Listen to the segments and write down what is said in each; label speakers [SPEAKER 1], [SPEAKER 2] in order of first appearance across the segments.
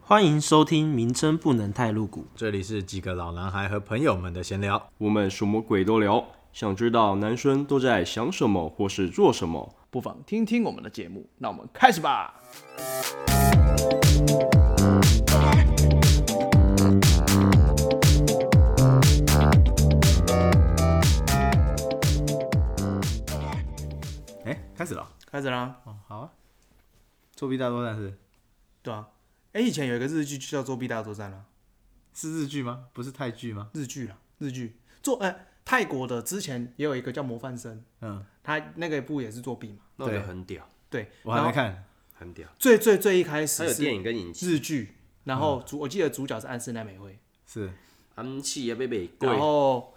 [SPEAKER 1] 欢迎收听，名称不能太露骨。
[SPEAKER 2] 这里是几个老男孩和朋友们的闲聊。
[SPEAKER 3] 我们什么鬼都聊，想知道男生都在想什么或是做什么。
[SPEAKER 4] 不妨听听我们的节目。那我们开始吧。
[SPEAKER 2] 哎，开始了。
[SPEAKER 4] 开始啦，
[SPEAKER 2] 哦，好啊。作弊大作战是
[SPEAKER 4] 对啊。哎，以前有一个日剧就叫《作弊大作战》啦，
[SPEAKER 2] 是日剧吗？不是泰剧吗？
[SPEAKER 4] 日剧啦，日剧做哎泰国的之前也有一个叫《模范生》，
[SPEAKER 2] 嗯，
[SPEAKER 4] 他那个一部也是作弊嘛。
[SPEAKER 3] 那个
[SPEAKER 2] 对
[SPEAKER 3] 很屌，
[SPEAKER 4] 对，
[SPEAKER 2] 我还
[SPEAKER 4] 然
[SPEAKER 2] 没
[SPEAKER 4] 后
[SPEAKER 2] 看。
[SPEAKER 3] 很屌。
[SPEAKER 4] 最最最一开
[SPEAKER 3] 它
[SPEAKER 4] 始
[SPEAKER 3] 有
[SPEAKER 4] 是
[SPEAKER 3] 电影跟影集，
[SPEAKER 4] 日剧，然
[SPEAKER 2] 嗯
[SPEAKER 4] 后主我记得主角是安室奈美惠，
[SPEAKER 2] 是
[SPEAKER 3] 安琪也被被
[SPEAKER 4] 然
[SPEAKER 3] 贵。
[SPEAKER 4] 后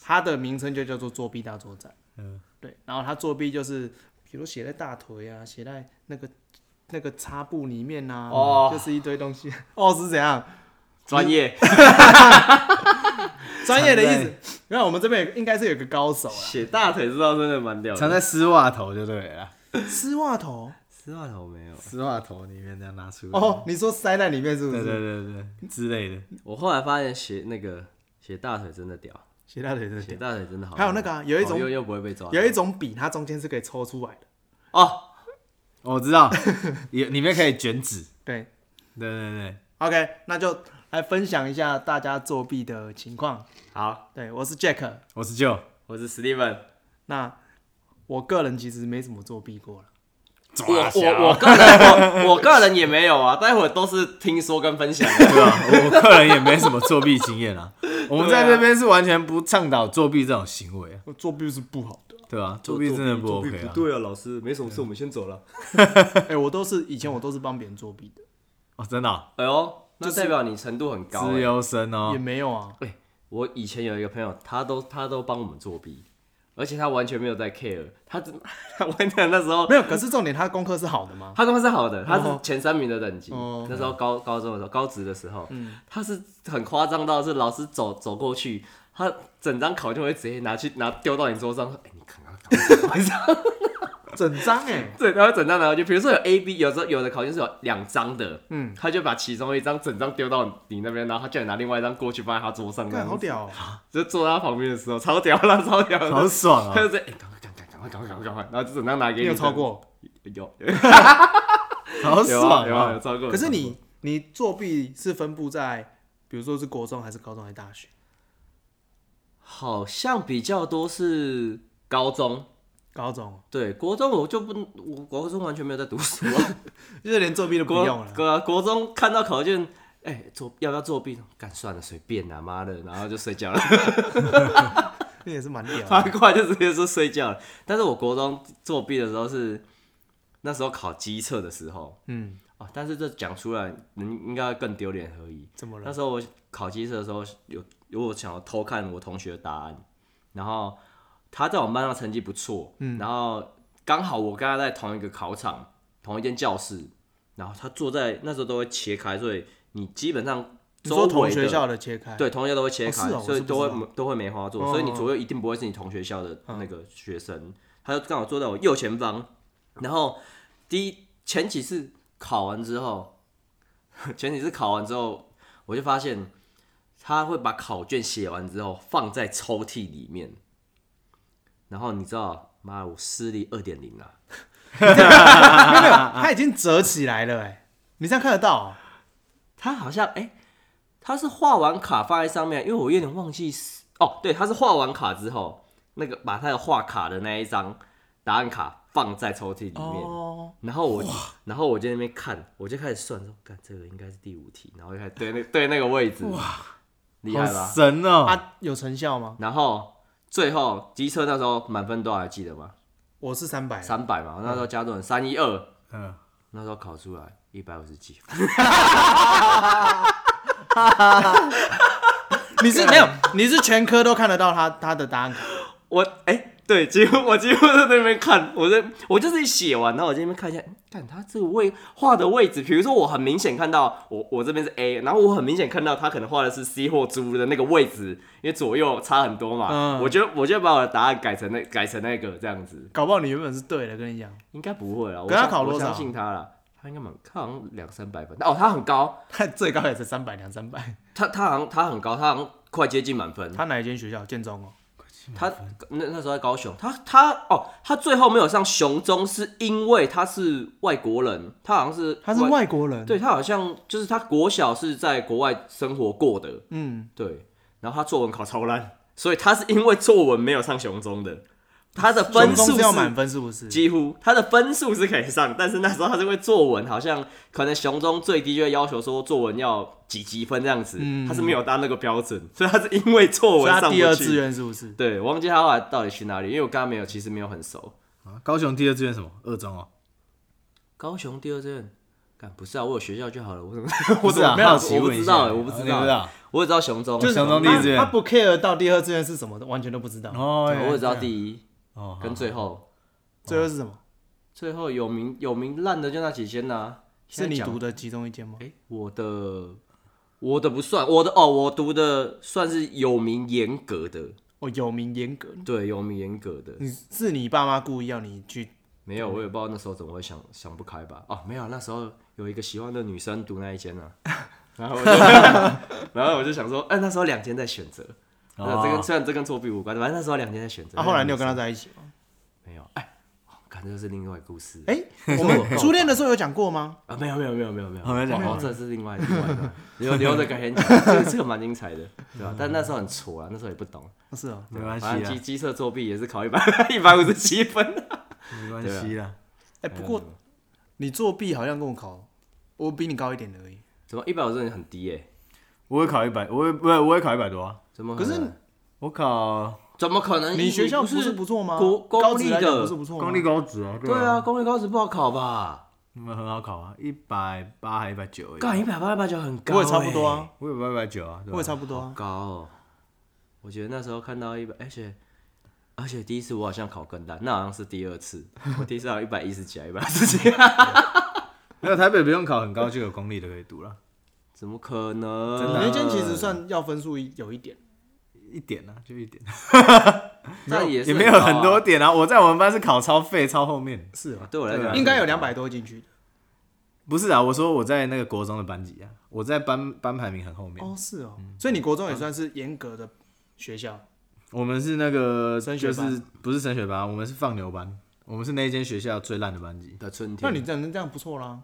[SPEAKER 4] 它的名称就叫做《作弊大作战》。嗯，对，然后他作弊就是，比如写在大腿啊，写在那个那个擦布里面呐、啊，
[SPEAKER 3] 哦
[SPEAKER 4] 就是一堆东西。 哦，是怎样？
[SPEAKER 3] 专 业，
[SPEAKER 4] 专业的意思，因为我们这边有应该是有个高手啊，
[SPEAKER 3] 写大腿这招真的蛮屌的。
[SPEAKER 2] 藏在丝袜头就对了啦，
[SPEAKER 4] 丝袜头
[SPEAKER 3] 丝袜头没有，
[SPEAKER 2] 丝袜头里面这样拿出来。
[SPEAKER 4] 哦，你说塞在里面是不
[SPEAKER 2] 对对
[SPEAKER 4] 是？
[SPEAKER 2] 对对，之类的。
[SPEAKER 3] 我后来发现写那个写大腿真的屌，
[SPEAKER 4] 斜大腿的
[SPEAKER 3] 写大腿真的好用。
[SPEAKER 4] 还有那个啊有一种
[SPEAKER 3] 好用又不会被抓到，
[SPEAKER 4] 有一种笔，它中间是可以抽出来的，
[SPEAKER 3] 哦，
[SPEAKER 2] 我知 道，也里面可以卷纸。
[SPEAKER 4] 对。
[SPEAKER 2] 对对对，
[SPEAKER 4] OK，那就来分享一下大家作弊的情况。
[SPEAKER 3] 好，
[SPEAKER 4] 对我是 Jack，
[SPEAKER 2] 我是舅，
[SPEAKER 3] 我是 Steven。
[SPEAKER 4] 那我个人其实没怎么作弊过了。
[SPEAKER 3] 我我我个人我我个人也没有啊，待会都是听说跟分享。
[SPEAKER 2] 对 吧？ 我我个人也没什么作弊经验 啊。我们在这边是完全不倡导作弊这种行为啊，
[SPEAKER 4] 我作弊是不好的。
[SPEAKER 2] 对吧？作弊真的不 OK 啊。
[SPEAKER 3] 对啊，老师，没什么事，我们先走了。
[SPEAKER 4] 哎、我都是以前我都是帮别人作弊的，
[SPEAKER 2] 哦，真的哦
[SPEAKER 3] 哎呦，那
[SPEAKER 4] 就是
[SPEAKER 3] 代表你程度很高
[SPEAKER 2] 资
[SPEAKER 3] 欸。
[SPEAKER 2] 优生哦
[SPEAKER 4] 也。没有啊。
[SPEAKER 3] 哎，我以前有一个朋友，他都他都帮我们作弊，而且他完全没有在 care，他真 他完全那时候
[SPEAKER 4] 没有，可是重点他功课是好的吗？
[SPEAKER 3] 他公司是好的，他是
[SPEAKER 4] 哦
[SPEAKER 3] 前三名的等级。
[SPEAKER 4] 哦嗯
[SPEAKER 3] 那时候高高中的时候，高职的时候，他是很夸张到是老师走走过去，他整张考卷会直接拿去拿丢到你桌上，说
[SPEAKER 4] 嗯
[SPEAKER 3] 哎、你看看看看，看看
[SPEAKER 4] 整张哎、
[SPEAKER 3] 对，他会整张拿回去。比如说有 A、B，有时候有的考卷是有两张的，
[SPEAKER 4] 嗯，
[SPEAKER 3] 他就把其中一张整张丢到你那边，然后他叫你拿另外一张过去放在他桌上，这
[SPEAKER 4] 干
[SPEAKER 3] 样
[SPEAKER 4] 好
[SPEAKER 3] 子
[SPEAKER 4] 屌、 哦
[SPEAKER 3] 就坐在他旁边的时候，超屌了，超屌
[SPEAKER 2] 好
[SPEAKER 3] 了。
[SPEAKER 2] 爽
[SPEAKER 3] 他
[SPEAKER 2] 啊！
[SPEAKER 3] 就在哎，赶快赶快赶快赶快赶快赶快，然后就整张拿给
[SPEAKER 4] 你
[SPEAKER 3] 你。
[SPEAKER 4] 有超？ 过？
[SPEAKER 3] 有，
[SPEAKER 2] 好
[SPEAKER 3] 有啊
[SPEAKER 2] 爽
[SPEAKER 3] 有啊，有
[SPEAKER 2] 啊！
[SPEAKER 3] 超过。
[SPEAKER 4] 可是
[SPEAKER 3] 有超
[SPEAKER 4] 你你作弊是分布在，比如说是国中还是高中还是大学？
[SPEAKER 3] 好像比较多是高中，
[SPEAKER 4] 高中哦
[SPEAKER 3] 对，国中我就不，我国中完全没有在读书啊。
[SPEAKER 4] 就是连作弊都 不
[SPEAKER 3] 国
[SPEAKER 4] 用了。
[SPEAKER 3] 国国中看到考卷，哎、作要不要作弊？干算了，随便啦、妈的，然后就睡觉了，
[SPEAKER 4] 你也是蛮 屌的。
[SPEAKER 3] 翻过来就直接说睡觉了。但是我国中作弊的时候是那时候考机测的时候
[SPEAKER 4] 嗯，
[SPEAKER 3] 啊，但是这讲出来应应该会更丢脸而已。
[SPEAKER 4] 怎么
[SPEAKER 3] 那
[SPEAKER 4] 了？
[SPEAKER 3] 时候我考机测的时候，有有我想要偷看我同学的答案，然后他在我们班上成绩不错，嗯，然后刚好我跟他在同一个考场、同一间教室，然后他坐在那时候都会切开，所以你基本上
[SPEAKER 4] 你
[SPEAKER 3] 周
[SPEAKER 4] 说同
[SPEAKER 3] 围
[SPEAKER 4] 学
[SPEAKER 3] 的
[SPEAKER 4] 校的切开，
[SPEAKER 3] 对同学都会切
[SPEAKER 4] 哦
[SPEAKER 3] 开，
[SPEAKER 4] 是哦我
[SPEAKER 3] 所以
[SPEAKER 4] 是不知
[SPEAKER 3] 都
[SPEAKER 4] 道
[SPEAKER 3] 会都会梅花座，所以你
[SPEAKER 4] 哦哦嗯
[SPEAKER 3] 左右一定不会是你同学校的那个学生，他就刚好坐在我右前方，然后第一前几次考完之后， 前几次考完之后，我就发现他会把考卷写完之后放在抽屉里面，然后你知道，妈，我视力二点零啊，
[SPEAKER 4] 没有没有，它已经折起来了哎、你这样看得到哦、
[SPEAKER 3] 他好像哎、他是画完卡放在上面，因为我有点忘记是哦，对，他是画完卡之后，那个把他的画卡的那一张答案卡放在抽屉里面。
[SPEAKER 4] 哦，
[SPEAKER 3] 然后我，然后我就在那边看，我就开始算说，干这个应该是第五题，然后就开始对那对那个位置，哇，厉害
[SPEAKER 2] 好
[SPEAKER 3] 吧？
[SPEAKER 2] 神哦！
[SPEAKER 4] 啊，有成效吗？
[SPEAKER 3] 然后最后机车那时候满分多少还记得吗？
[SPEAKER 4] 我是三百，
[SPEAKER 3] 三百嘛，我那时候加总三一二，
[SPEAKER 2] 嗯，
[SPEAKER 3] 那时候考出来一百五十几分。
[SPEAKER 4] 你是没有，你是全科都看得到他他的答案卡，
[SPEAKER 3] 我哎、对，几乎我几乎在那边看，我在我就是写完，然后我在那边看一下，嗯看他这个位画的位置，比如说我很明显看到我我这边是 A，然后我很明显看到他可能画的是 C 或猪的那个位置，因为左右差很多嘛，
[SPEAKER 4] 嗯
[SPEAKER 3] 我就我就把我的答案改成那改成那个这样子，
[SPEAKER 4] 搞不好你原本是对的，跟你讲，
[SPEAKER 3] 应该不会啊，我
[SPEAKER 4] 可他
[SPEAKER 3] 相
[SPEAKER 4] 考多
[SPEAKER 3] 我
[SPEAKER 4] 少
[SPEAKER 3] 相信他了，他应该蛮，他好像两三百分，哦，他很高，
[SPEAKER 4] 他最高也是三百两三百。
[SPEAKER 3] 他他好像他很高，他好像快接近满分。
[SPEAKER 4] 他哪一间学校？建中哦。
[SPEAKER 3] 他那那时候在高雄，他他哦，他最后没有上雄中，是因为他是外国人，他好像是
[SPEAKER 4] 他是外国人。
[SPEAKER 3] 对他好像就是他国小是在国外生活过的，
[SPEAKER 4] 嗯，
[SPEAKER 3] 对，然后他作文考超烂，所以他是因为作文没有上雄中的，他的分
[SPEAKER 4] 分
[SPEAKER 3] 数
[SPEAKER 4] 数
[SPEAKER 3] 是
[SPEAKER 4] 要满分是不是？
[SPEAKER 3] 几乎他的分数是可以上，但是那时候他是因为作文好像可能雄中最低就会要求说作文要几几分这样子，
[SPEAKER 4] 嗯
[SPEAKER 3] 他是没有达到那个标准，所以他是因为作
[SPEAKER 4] 所以
[SPEAKER 3] 文
[SPEAKER 4] 他
[SPEAKER 3] 上不
[SPEAKER 4] 第二志
[SPEAKER 3] 去。
[SPEAKER 4] 愿是不是？
[SPEAKER 3] 对，我忘记他后来到底去哪里，因为我刚刚没有，其实没有很熟。
[SPEAKER 2] 啊高雄第二志愿什么？二中哦，
[SPEAKER 3] 高雄第二志愿，干不是啊，我有学校就好了，我怎么
[SPEAKER 2] 不是啊，
[SPEAKER 3] 没有
[SPEAKER 2] 好奇
[SPEAKER 3] 我不
[SPEAKER 2] 问一
[SPEAKER 3] 知
[SPEAKER 2] 下
[SPEAKER 3] 道欸我不知
[SPEAKER 2] 啊你
[SPEAKER 3] 道
[SPEAKER 2] 不知
[SPEAKER 4] 哦
[SPEAKER 2] 道，
[SPEAKER 3] 我只知道雄中，
[SPEAKER 2] 就是雄中第一志愿
[SPEAKER 4] 他不 care 到第二志愿是什么的，完全都不知道。
[SPEAKER 2] 哦，
[SPEAKER 3] 对啊
[SPEAKER 2] 原来
[SPEAKER 3] 我只知道
[SPEAKER 2] 这样
[SPEAKER 3] 第一
[SPEAKER 2] 哦，
[SPEAKER 3] 跟最后，
[SPEAKER 4] 最后是什么？
[SPEAKER 3] 最后有名有名烂的就那几间啊呐、
[SPEAKER 4] 是你读
[SPEAKER 3] 的？
[SPEAKER 4] 的其中一间吗？
[SPEAKER 3] 哎、我的我的不算，我的哦，我读的算是有名严格的，
[SPEAKER 4] 哦，有名严格。
[SPEAKER 3] 对，有名严格的。
[SPEAKER 4] 你是你爸妈故意要你去
[SPEAKER 3] 没有，我也不知道那时候怎么会想想不开吧？哦，没有，那时候有一个喜欢的女生读那一间啊，然后我就 然后我就想说，哎、那时候两间在选择，那这跟虽然这跟作弊无关，反正那时候两间在选择。
[SPEAKER 4] 啊，后来你有跟他在一起吗？
[SPEAKER 3] 没有？哎、感觉这是另外一个故事。
[SPEAKER 4] 哎、我们初恋的时候有讲过吗？
[SPEAKER 3] 啊，没有没有没有没有没有，
[SPEAKER 2] 哦没有讲
[SPEAKER 3] 哦
[SPEAKER 2] 哦
[SPEAKER 3] 这是另外另外的，留留着改天讲，这个这个蛮精彩的，对吧、但那时候很挫啊，那时候也不懂，
[SPEAKER 4] 不是哦，
[SPEAKER 2] 没关系啊
[SPEAKER 3] 反正机
[SPEAKER 2] 啦，
[SPEAKER 3] 机测作弊也是考一百 一百五十七分，
[SPEAKER 2] 没关系啦。
[SPEAKER 4] 哎、不过你作弊好像跟我考，我比你高一点而已。
[SPEAKER 3] 怎么一百五十很低耶、
[SPEAKER 2] 我会考一百，我会不是我会考一百多啊，
[SPEAKER 3] 怎么
[SPEAKER 4] 可是
[SPEAKER 3] 能
[SPEAKER 2] 我考
[SPEAKER 3] 怎么可能？
[SPEAKER 4] 你学校
[SPEAKER 3] 哎不
[SPEAKER 4] 不是不错吗？
[SPEAKER 3] 国
[SPEAKER 4] 高
[SPEAKER 3] 公
[SPEAKER 4] 职
[SPEAKER 3] 立
[SPEAKER 4] 来讲
[SPEAKER 3] 的
[SPEAKER 4] 不是不错吗？
[SPEAKER 2] 公立高职啊，
[SPEAKER 3] 对啊，，公立高职不好考吧？
[SPEAKER 2] 你们很好考啊，一百八还一百九而
[SPEAKER 3] 干
[SPEAKER 2] 已，啊
[SPEAKER 3] 一百八一百九很高、
[SPEAKER 4] 啊我也差不多啊，
[SPEAKER 2] 我有八百九啊，对吧
[SPEAKER 4] 我也差不多
[SPEAKER 3] 哎，
[SPEAKER 4] 啊。
[SPEAKER 3] 高、哦。我觉得那时候看到一百，而且而且第一次我好像考更烂，那好像是第二 次，我第一次考一百一十几，一百二十几。
[SPEAKER 2] 没有台北不用考很高就有公立的可以读了，
[SPEAKER 3] 怎么可能？
[SPEAKER 4] 你那间其实算要分数有一点，
[SPEAKER 2] 一点啊，就一点，
[SPEAKER 3] 但也是
[SPEAKER 2] 也没有
[SPEAKER 3] 高啊
[SPEAKER 2] 很多点啊。我在我们班是考超废超后面，
[SPEAKER 4] 是啊，
[SPEAKER 3] 对我来讲
[SPEAKER 4] 应该有两百多进去的。
[SPEAKER 2] 不是啊，我说我在那个国中的班级啊，我在班班排名很后面，
[SPEAKER 4] 哦，是哦，所以你国中也算是严格的学校，
[SPEAKER 2] 我们是那个
[SPEAKER 4] 升
[SPEAKER 2] 就
[SPEAKER 4] 学班
[SPEAKER 2] 是不是升学班，我们是放牛班，我们是那一间学校最烂的班级。
[SPEAKER 3] 的春天。
[SPEAKER 4] 那你这样这样不错啦。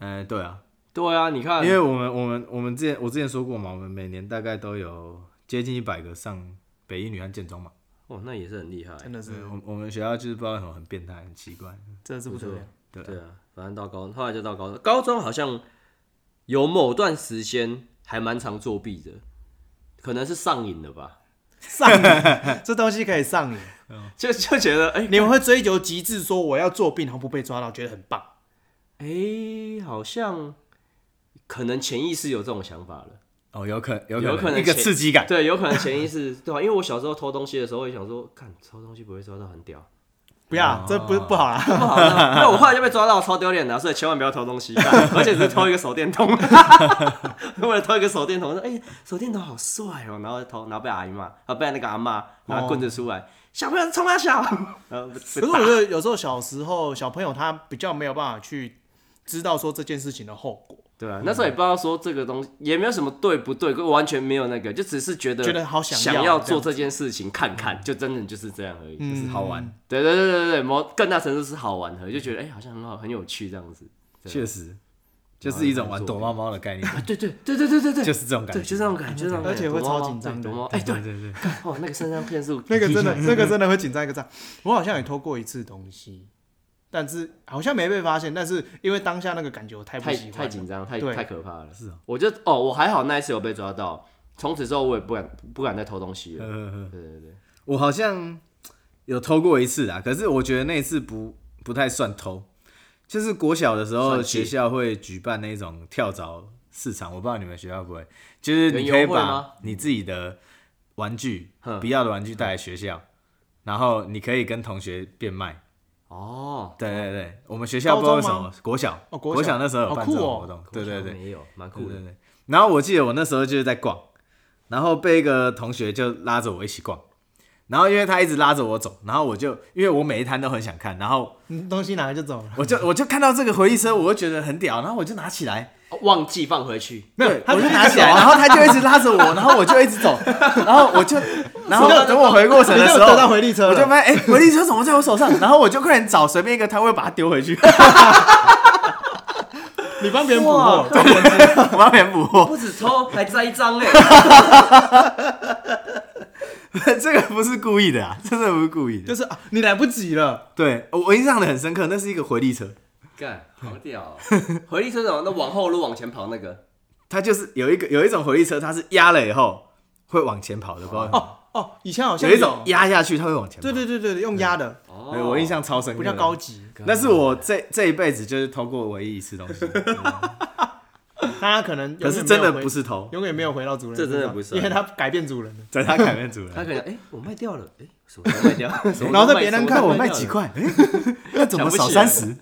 [SPEAKER 2] 嗯，对啊，
[SPEAKER 3] 对啊，你看，
[SPEAKER 2] 因为我们我们我们之前我之前说过嘛，我们每年大概都有接近一百个上北一女和建中嘛。
[SPEAKER 3] 哦，那也是很厉害。
[SPEAKER 4] 真的是，
[SPEAKER 2] 我我们学校就是不知道为什么很变态，很奇怪。
[SPEAKER 4] 真的是不得了。
[SPEAKER 2] 对
[SPEAKER 3] 对啊，反正到高，后来就到高中，高中好像有某段时间还蛮常作弊的，可能是上瘾了吧，
[SPEAKER 4] 上瘾， 这东西可以上瘾。嗯
[SPEAKER 3] 就就觉得哎
[SPEAKER 4] 你们会追求极致，说我要做病，然后不被抓到，觉得很棒。
[SPEAKER 3] 哎、好像可能潜意识有这种想法了。
[SPEAKER 2] 哦，有可有
[SPEAKER 3] 有可能
[SPEAKER 2] 一个
[SPEAKER 3] 前
[SPEAKER 2] 刺激感。
[SPEAKER 3] 对，有可能潜意识对吧、啊因为我小时候偷东西的时候，会想说，看偷东西不会抓到，很屌。
[SPEAKER 4] 不要，这不不好啦。
[SPEAKER 3] 不好，那那我后来就被抓到，超丢脸的啊、所以千万不要偷东西， 干而且只是偷一个手电筒。 为了偷一个手电筒，我说哎、手电筒好帅哦，然后偷，然后被阿姨骂，啊，被那个阿妈拿棍子出来，小朋友冲他啊小，然后被
[SPEAKER 4] 可是我觉得有时候小时候小朋友他比较没有办法去知道说这件事情的后果，
[SPEAKER 3] 对啊，那时候也不知道说这个东西也没有什么对不对，完全没有那个，就只是觉得
[SPEAKER 4] 觉得好想
[SPEAKER 3] 想
[SPEAKER 4] 要
[SPEAKER 3] 要
[SPEAKER 4] 这
[SPEAKER 3] 做
[SPEAKER 4] 样
[SPEAKER 3] 这件事情看看，就真的就是这样嗯而已，就是
[SPEAKER 2] 好玩，
[SPEAKER 3] 对对对对对，某更大程度是好玩的，就觉得哎、好像很好很有趣这样子。
[SPEAKER 2] 确实就是一种玩躲猫猫的概念，
[SPEAKER 3] 啊，对对对对对对对，
[SPEAKER 2] 就是这种感
[SPEAKER 3] 对，
[SPEAKER 2] 觉。
[SPEAKER 3] 就是那种感觉，就是那种
[SPEAKER 4] 嗯而
[SPEAKER 3] 感觉
[SPEAKER 4] 且会
[SPEAKER 3] 躲猫
[SPEAKER 4] 超
[SPEAKER 3] 猫
[SPEAKER 4] 紧张的，
[SPEAKER 3] 躲猫猫哎，对
[SPEAKER 2] 对对对，
[SPEAKER 3] 干哦，那个肾上腺素
[SPEAKER 4] 那个真的，那个真的会紧张一个炸。我好像也偷过一次东西，但是好像没被发现，但是因为当下那个感觉我太不
[SPEAKER 3] 太
[SPEAKER 4] 喜欢
[SPEAKER 3] 太
[SPEAKER 4] 了
[SPEAKER 3] 紧张，太
[SPEAKER 4] 对
[SPEAKER 3] 太可怕了。
[SPEAKER 2] 是啊，
[SPEAKER 3] 我就哦，我还好那一次有被抓到，从此之后我也不敢不敢再偷东西
[SPEAKER 2] 呃
[SPEAKER 3] 了。
[SPEAKER 2] 呃呃
[SPEAKER 3] 对对对，
[SPEAKER 2] 我好像有偷过一次啊，可是我觉得那一次不不太算偷，就是国小的时候
[SPEAKER 3] 算
[SPEAKER 2] 学
[SPEAKER 3] 借
[SPEAKER 2] 校会举办那种跳蚤市场，我不知道你们学校会不会，就是你
[SPEAKER 3] 园游
[SPEAKER 2] 可以
[SPEAKER 3] 会吗
[SPEAKER 2] 把你自己的玩具
[SPEAKER 3] 哼
[SPEAKER 2] 不要的玩具带来学校，然后你可以跟同学变卖。
[SPEAKER 3] 哦，
[SPEAKER 2] 对对对，我们学校不知道为什
[SPEAKER 4] 高中
[SPEAKER 2] 么国小
[SPEAKER 4] 哦国
[SPEAKER 2] 国
[SPEAKER 4] 小
[SPEAKER 2] 那时候有办这种
[SPEAKER 4] 好酷哦
[SPEAKER 2] 活动，对对对，
[SPEAKER 3] 也有蛮
[SPEAKER 2] 对
[SPEAKER 3] 酷的
[SPEAKER 2] 对。对。然后我记得我那时候就是在逛，然后被一个同学就拉着我一起逛，然后因为他一直拉着我走，然后我就因为我每一摊都很想看，然后
[SPEAKER 4] 你嗯东西拿了就走了。
[SPEAKER 2] 我 就我就看到这个回力车，我就觉得很屌，然后我就拿起来，
[SPEAKER 3] 哦忘记放回去，
[SPEAKER 2] 没有，
[SPEAKER 4] 他
[SPEAKER 2] 我就
[SPEAKER 4] 自己
[SPEAKER 2] 拿起来，
[SPEAKER 4] 走啊
[SPEAKER 2] 然后他就一直拉着我，然后我就一直走，然后我就，然后等我回过神的时
[SPEAKER 4] 你就
[SPEAKER 2] 候，
[SPEAKER 4] 得到回力车了
[SPEAKER 2] 我就发现哎、回力车怎么在我手上？然后我就快点找随便一个摊位把它丢回去，
[SPEAKER 4] 你帮别人补货，
[SPEAKER 2] 啊我要被捕获。
[SPEAKER 3] 不止哦偷还栽赃欸 嘞，
[SPEAKER 2] 这个不是故意的啊，真的不是故意的。
[SPEAKER 4] 就是、啊、你来不及了，
[SPEAKER 2] 对，我我印象的很深刻，那是一个回力车，
[SPEAKER 3] 干好屌哦！回力车怎么那往后路往前跑那个？
[SPEAKER 2] 它就是有一个有一种回力车，它是压了以后会往前跑的，不知道为什么
[SPEAKER 4] 哦哦，以前好像
[SPEAKER 2] 有一种压下去它会往前跑。
[SPEAKER 4] 对对对对，用压的
[SPEAKER 3] 哦
[SPEAKER 2] 对，我印象超深刻，
[SPEAKER 4] 不叫高。级，
[SPEAKER 2] 那是我这这一辈子就是偷过唯一一次东 西，
[SPEAKER 4] 他可能
[SPEAKER 2] 可
[SPEAKER 4] 永
[SPEAKER 2] 是
[SPEAKER 4] 远
[SPEAKER 2] 真
[SPEAKER 4] 没有
[SPEAKER 2] 的
[SPEAKER 4] 回
[SPEAKER 2] 不，是偷，
[SPEAKER 4] 永远没有回到主人
[SPEAKER 3] 这
[SPEAKER 4] 身上，
[SPEAKER 3] 真的不是啊
[SPEAKER 4] 因为他改变主人了。
[SPEAKER 2] 在他改变 主人
[SPEAKER 3] 他。可能哎、我卖掉了，哎、什么时候卖掉？什么时候卖
[SPEAKER 4] 然后在别人看
[SPEAKER 2] 看我
[SPEAKER 3] 什么时候
[SPEAKER 2] 卖
[SPEAKER 3] 掉
[SPEAKER 2] 几
[SPEAKER 3] 了
[SPEAKER 2] 块，哎，那怎么
[SPEAKER 3] 想
[SPEAKER 2] 少
[SPEAKER 3] 不起来
[SPEAKER 2] 三十？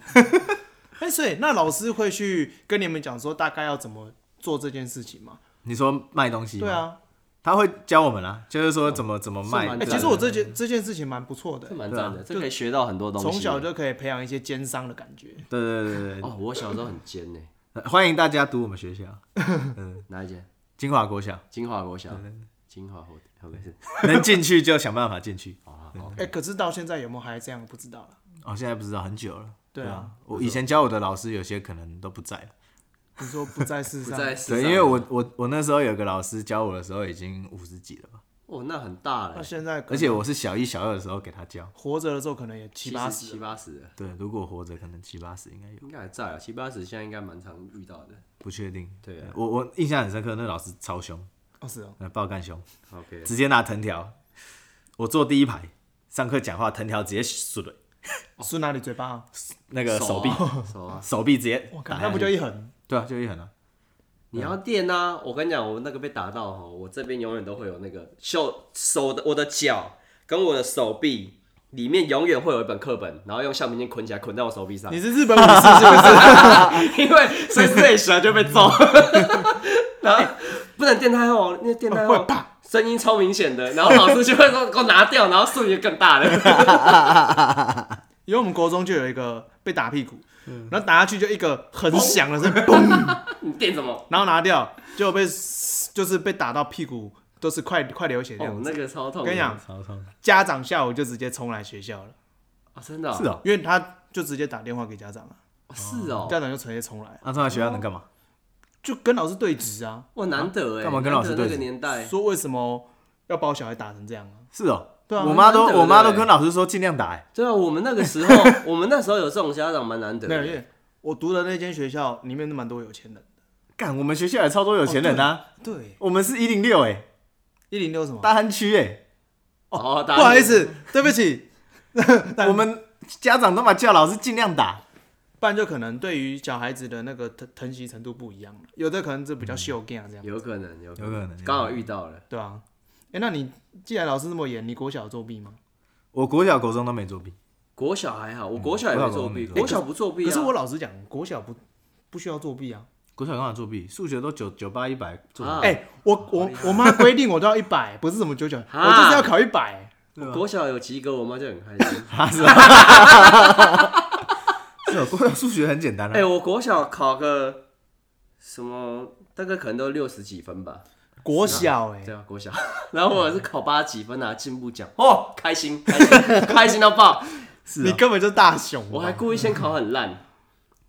[SPEAKER 4] 哎，所以那老师会去跟你们讲说大概要怎么做这件事情吗？
[SPEAKER 2] 你说卖东西？
[SPEAKER 4] 对，啊，
[SPEAKER 2] 他会教我们啊，就是说怎么怎么卖
[SPEAKER 3] 是。蛮
[SPEAKER 4] 哎，
[SPEAKER 3] 对啊
[SPEAKER 4] 其实我这件这件事情蛮不错的
[SPEAKER 3] 这，蛮赞
[SPEAKER 2] 对
[SPEAKER 3] 的，这可以学到很多东西。
[SPEAKER 4] 啊从小就可以培养一些奸商的感觉。
[SPEAKER 2] 对对对对
[SPEAKER 3] 哦，我小时候很尖呢，
[SPEAKER 2] 对，欢迎大家读我们学校
[SPEAKER 3] 哪一间？
[SPEAKER 2] 金华国 小，
[SPEAKER 3] 金华国小，金华后后面是
[SPEAKER 2] 能进去就想办法进去。
[SPEAKER 3] 啊，哦
[SPEAKER 4] 哎，可是到现在有没有还这样不知道了。
[SPEAKER 2] 哦，现在不知道很久了。
[SPEAKER 4] 对啊，
[SPEAKER 2] 我以前教我的老师有些可能都不在了。
[SPEAKER 4] 你说不在世
[SPEAKER 3] 不
[SPEAKER 4] 上，
[SPEAKER 3] 在世
[SPEAKER 2] 对，
[SPEAKER 3] 上
[SPEAKER 2] 因为我我我那时候有个老师教我的时候已经五十几了吧，
[SPEAKER 3] 哦，那很大
[SPEAKER 4] 那
[SPEAKER 3] 了，
[SPEAKER 4] 现在可
[SPEAKER 2] 而且我是小一小二的时候给他教。
[SPEAKER 4] 活着的时候可能也七八
[SPEAKER 3] 七
[SPEAKER 4] 十，
[SPEAKER 3] 八十了，
[SPEAKER 2] 对，如果活着可能七八十应该有，
[SPEAKER 3] 应该还在啊，七八十现在应该蛮常遇到的。
[SPEAKER 2] 不确定。
[SPEAKER 3] 对啊
[SPEAKER 2] 我我印象很深刻，那老师超凶，
[SPEAKER 4] 哦是哦，
[SPEAKER 2] 呃，爆干凶，
[SPEAKER 3] OK，
[SPEAKER 2] 直接拿藤条。我坐第一排，上课讲话，藤条直接顺了
[SPEAKER 4] 是哪里嘴巴啊？
[SPEAKER 2] 那个手臂，
[SPEAKER 3] 啊手啊，
[SPEAKER 2] 手臂直 接
[SPEAKER 4] 我靠，
[SPEAKER 2] 打下去。
[SPEAKER 4] 那不就一横？
[SPEAKER 2] 对啊，就一横啊。
[SPEAKER 3] 你要垫啊！我跟你讲，我那个被打到哈，我这边永远都会有那个袖手的，我的脚跟我的手臂里面永远会有一本课本，然后用橡皮筋捆起来，捆在我手臂上
[SPEAKER 4] 你，是日本武士是 不是？
[SPEAKER 3] 因为随时一折就被 揍。然后哎不能垫太厚，因为垫太
[SPEAKER 4] 会
[SPEAKER 3] 厚声音超明显的，然后老师就会说给我拿掉，然后瞬间更大了。
[SPEAKER 4] 因为我们国中就有一个被打屁股，
[SPEAKER 3] 嗯
[SPEAKER 4] 然后打下去就一个很
[SPEAKER 3] 哦
[SPEAKER 4] 响的声，嘣，
[SPEAKER 3] 你垫什么？
[SPEAKER 4] 然后拿掉，结果被就是被打到屁股都是快快流血
[SPEAKER 3] 哦
[SPEAKER 4] 这样，子。
[SPEAKER 3] 那个超痛的。
[SPEAKER 4] 跟你讲，
[SPEAKER 2] 超痛。
[SPEAKER 4] 家长下午就直接冲来学校了，
[SPEAKER 3] 啊，真的哦
[SPEAKER 2] 是哦，
[SPEAKER 4] 因为他就直接打电话给家长了，
[SPEAKER 3] 哦是哦，
[SPEAKER 4] 家长就直接冲来，
[SPEAKER 2] 那上来学校能干
[SPEAKER 3] 啊
[SPEAKER 2] 嘛？
[SPEAKER 4] 就跟老师对峙啊，
[SPEAKER 3] 哇，难得哎，
[SPEAKER 2] 干嘛跟老师
[SPEAKER 3] 难得
[SPEAKER 2] 对
[SPEAKER 3] 那个
[SPEAKER 2] 着
[SPEAKER 3] 年代？
[SPEAKER 4] 说为什么要把我小孩打成这样啊？
[SPEAKER 2] 是哦。
[SPEAKER 4] 对啊
[SPEAKER 2] 我妈都
[SPEAKER 3] 蛮难得的
[SPEAKER 2] 我妈都
[SPEAKER 3] 欸
[SPEAKER 2] 跟老师说尽量打，哎，
[SPEAKER 3] 对啊，我们那个时候，我们那时候有这种家长蛮难得
[SPEAKER 4] 没有，
[SPEAKER 3] 的
[SPEAKER 4] 因。为我读的那间学校里面都蛮多有钱人，
[SPEAKER 2] 干，我们学校也超多有钱人啊。
[SPEAKER 4] 对，
[SPEAKER 2] 我们是一零六哎，
[SPEAKER 4] 一零六什么？
[SPEAKER 2] 大安区哎，
[SPEAKER 3] 哦，不
[SPEAKER 4] 不好意，思，对不起，
[SPEAKER 2] 我们家长都把叫老师尽量打。
[SPEAKER 4] 不然就可能对于小孩子的那个疼疼惜程度不一样，有的可能就比较秀 gay 这样，
[SPEAKER 3] 有可能，有
[SPEAKER 2] 有可能
[SPEAKER 3] 刚好遇到了。
[SPEAKER 4] 对啊。哎、那你既然老师这么严，你国小作弊吗？
[SPEAKER 2] 我国小、国中都没作弊，
[SPEAKER 3] 国小还好，我国小也
[SPEAKER 2] 国
[SPEAKER 3] 没
[SPEAKER 2] 小
[SPEAKER 3] 作
[SPEAKER 2] 我没
[SPEAKER 3] 弊，
[SPEAKER 2] 作
[SPEAKER 3] 国小不作弊啊。
[SPEAKER 4] 可是我老实讲，国小不不需要作弊啊。
[SPEAKER 2] 国小干嘛作弊？数学都九九八一百作弊，
[SPEAKER 3] 啊
[SPEAKER 4] 哎、我我我妈规定我都要一百，不是什么九九，我
[SPEAKER 3] 啊
[SPEAKER 4] 就是要考一百。
[SPEAKER 3] 我国小有及格，我妈就很开心。
[SPEAKER 2] 是哦，国小数学很简单啊
[SPEAKER 4] 嗯
[SPEAKER 3] 哎，。我国小考个什么，大概可能都六十几分吧。
[SPEAKER 4] 国小哎、
[SPEAKER 3] 对啊，国小， 然后我是考八几分拿进步奖，哦，开心，开 心，开心到爆。
[SPEAKER 2] 是
[SPEAKER 4] 啊你
[SPEAKER 2] 哦
[SPEAKER 4] 根本就大啊熊吧。
[SPEAKER 3] 我还故意先考很烂，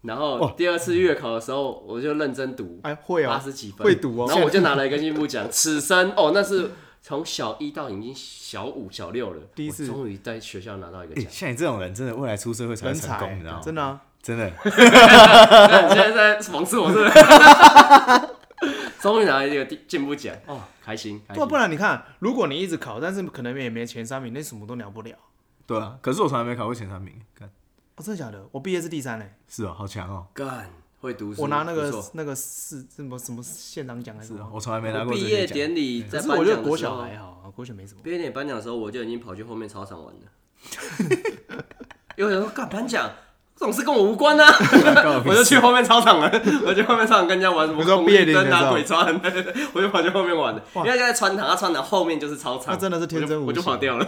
[SPEAKER 3] 然后第二次月考的时候，我就认真读。
[SPEAKER 4] 哎会
[SPEAKER 3] 八
[SPEAKER 4] 哦、
[SPEAKER 3] 十几分，
[SPEAKER 4] 会读哦
[SPEAKER 3] 然后我就拿了一个进步奖，此生哦，那是从小一到已经小五、小六了，
[SPEAKER 4] 第一次
[SPEAKER 3] 我终于在学校拿到一个
[SPEAKER 2] 哎
[SPEAKER 3] 奖。
[SPEAKER 2] 像你这种人，真的未来出社会才会
[SPEAKER 4] 人
[SPEAKER 2] 成
[SPEAKER 4] 才
[SPEAKER 2] 功，你知道吗？
[SPEAKER 4] 真的啊。
[SPEAKER 2] 真的，
[SPEAKER 3] 那你哎现在在讽刺我是不是？ 终于拿了一个进步奖，哦，开心，开
[SPEAKER 4] 对啊，
[SPEAKER 3] 心。
[SPEAKER 4] 不然你看，如果你一直考，但是可能也没前三名，那什么都了不了。
[SPEAKER 2] 对啊。可是我从来没考过前三名，看
[SPEAKER 4] 哦，真的假的？我毕业是第三嘞、
[SPEAKER 2] 是哦，好强哦，
[SPEAKER 3] 干，会读书。
[SPEAKER 4] 我拿那
[SPEAKER 3] 不错
[SPEAKER 4] 个那个是什么什么县长奖还是
[SPEAKER 2] 是
[SPEAKER 4] 什
[SPEAKER 2] 哦，
[SPEAKER 4] 么？
[SPEAKER 2] 我从来没拿过这
[SPEAKER 3] 毕
[SPEAKER 2] 些
[SPEAKER 3] 业
[SPEAKER 2] 奖。
[SPEAKER 3] 典礼
[SPEAKER 4] 哎可
[SPEAKER 3] 在
[SPEAKER 4] 是
[SPEAKER 3] 颁
[SPEAKER 4] 我觉得
[SPEAKER 3] 奖
[SPEAKER 4] 国
[SPEAKER 3] 的时
[SPEAKER 4] 小
[SPEAKER 3] 候，
[SPEAKER 4] 还好啊，国小没什么。
[SPEAKER 3] 毕业典礼颁奖的时候，我就已经跑去后面操场玩了，因为我想说干颁奖。这种事跟我无关啊， 我就去后面操场了，我去后面操场跟人家玩什么
[SPEAKER 4] 你说
[SPEAKER 3] 红
[SPEAKER 4] 毕业
[SPEAKER 3] 绿
[SPEAKER 4] 典
[SPEAKER 3] 灯
[SPEAKER 4] 礼的时
[SPEAKER 3] 啊、
[SPEAKER 4] 候
[SPEAKER 3] 鬼抓人，我就跑去后面玩了，因为现在穿堂，他穿堂后面就是操
[SPEAKER 4] 那
[SPEAKER 3] 场，
[SPEAKER 4] 真的是天真无邪啊
[SPEAKER 3] 我就跑 掉了。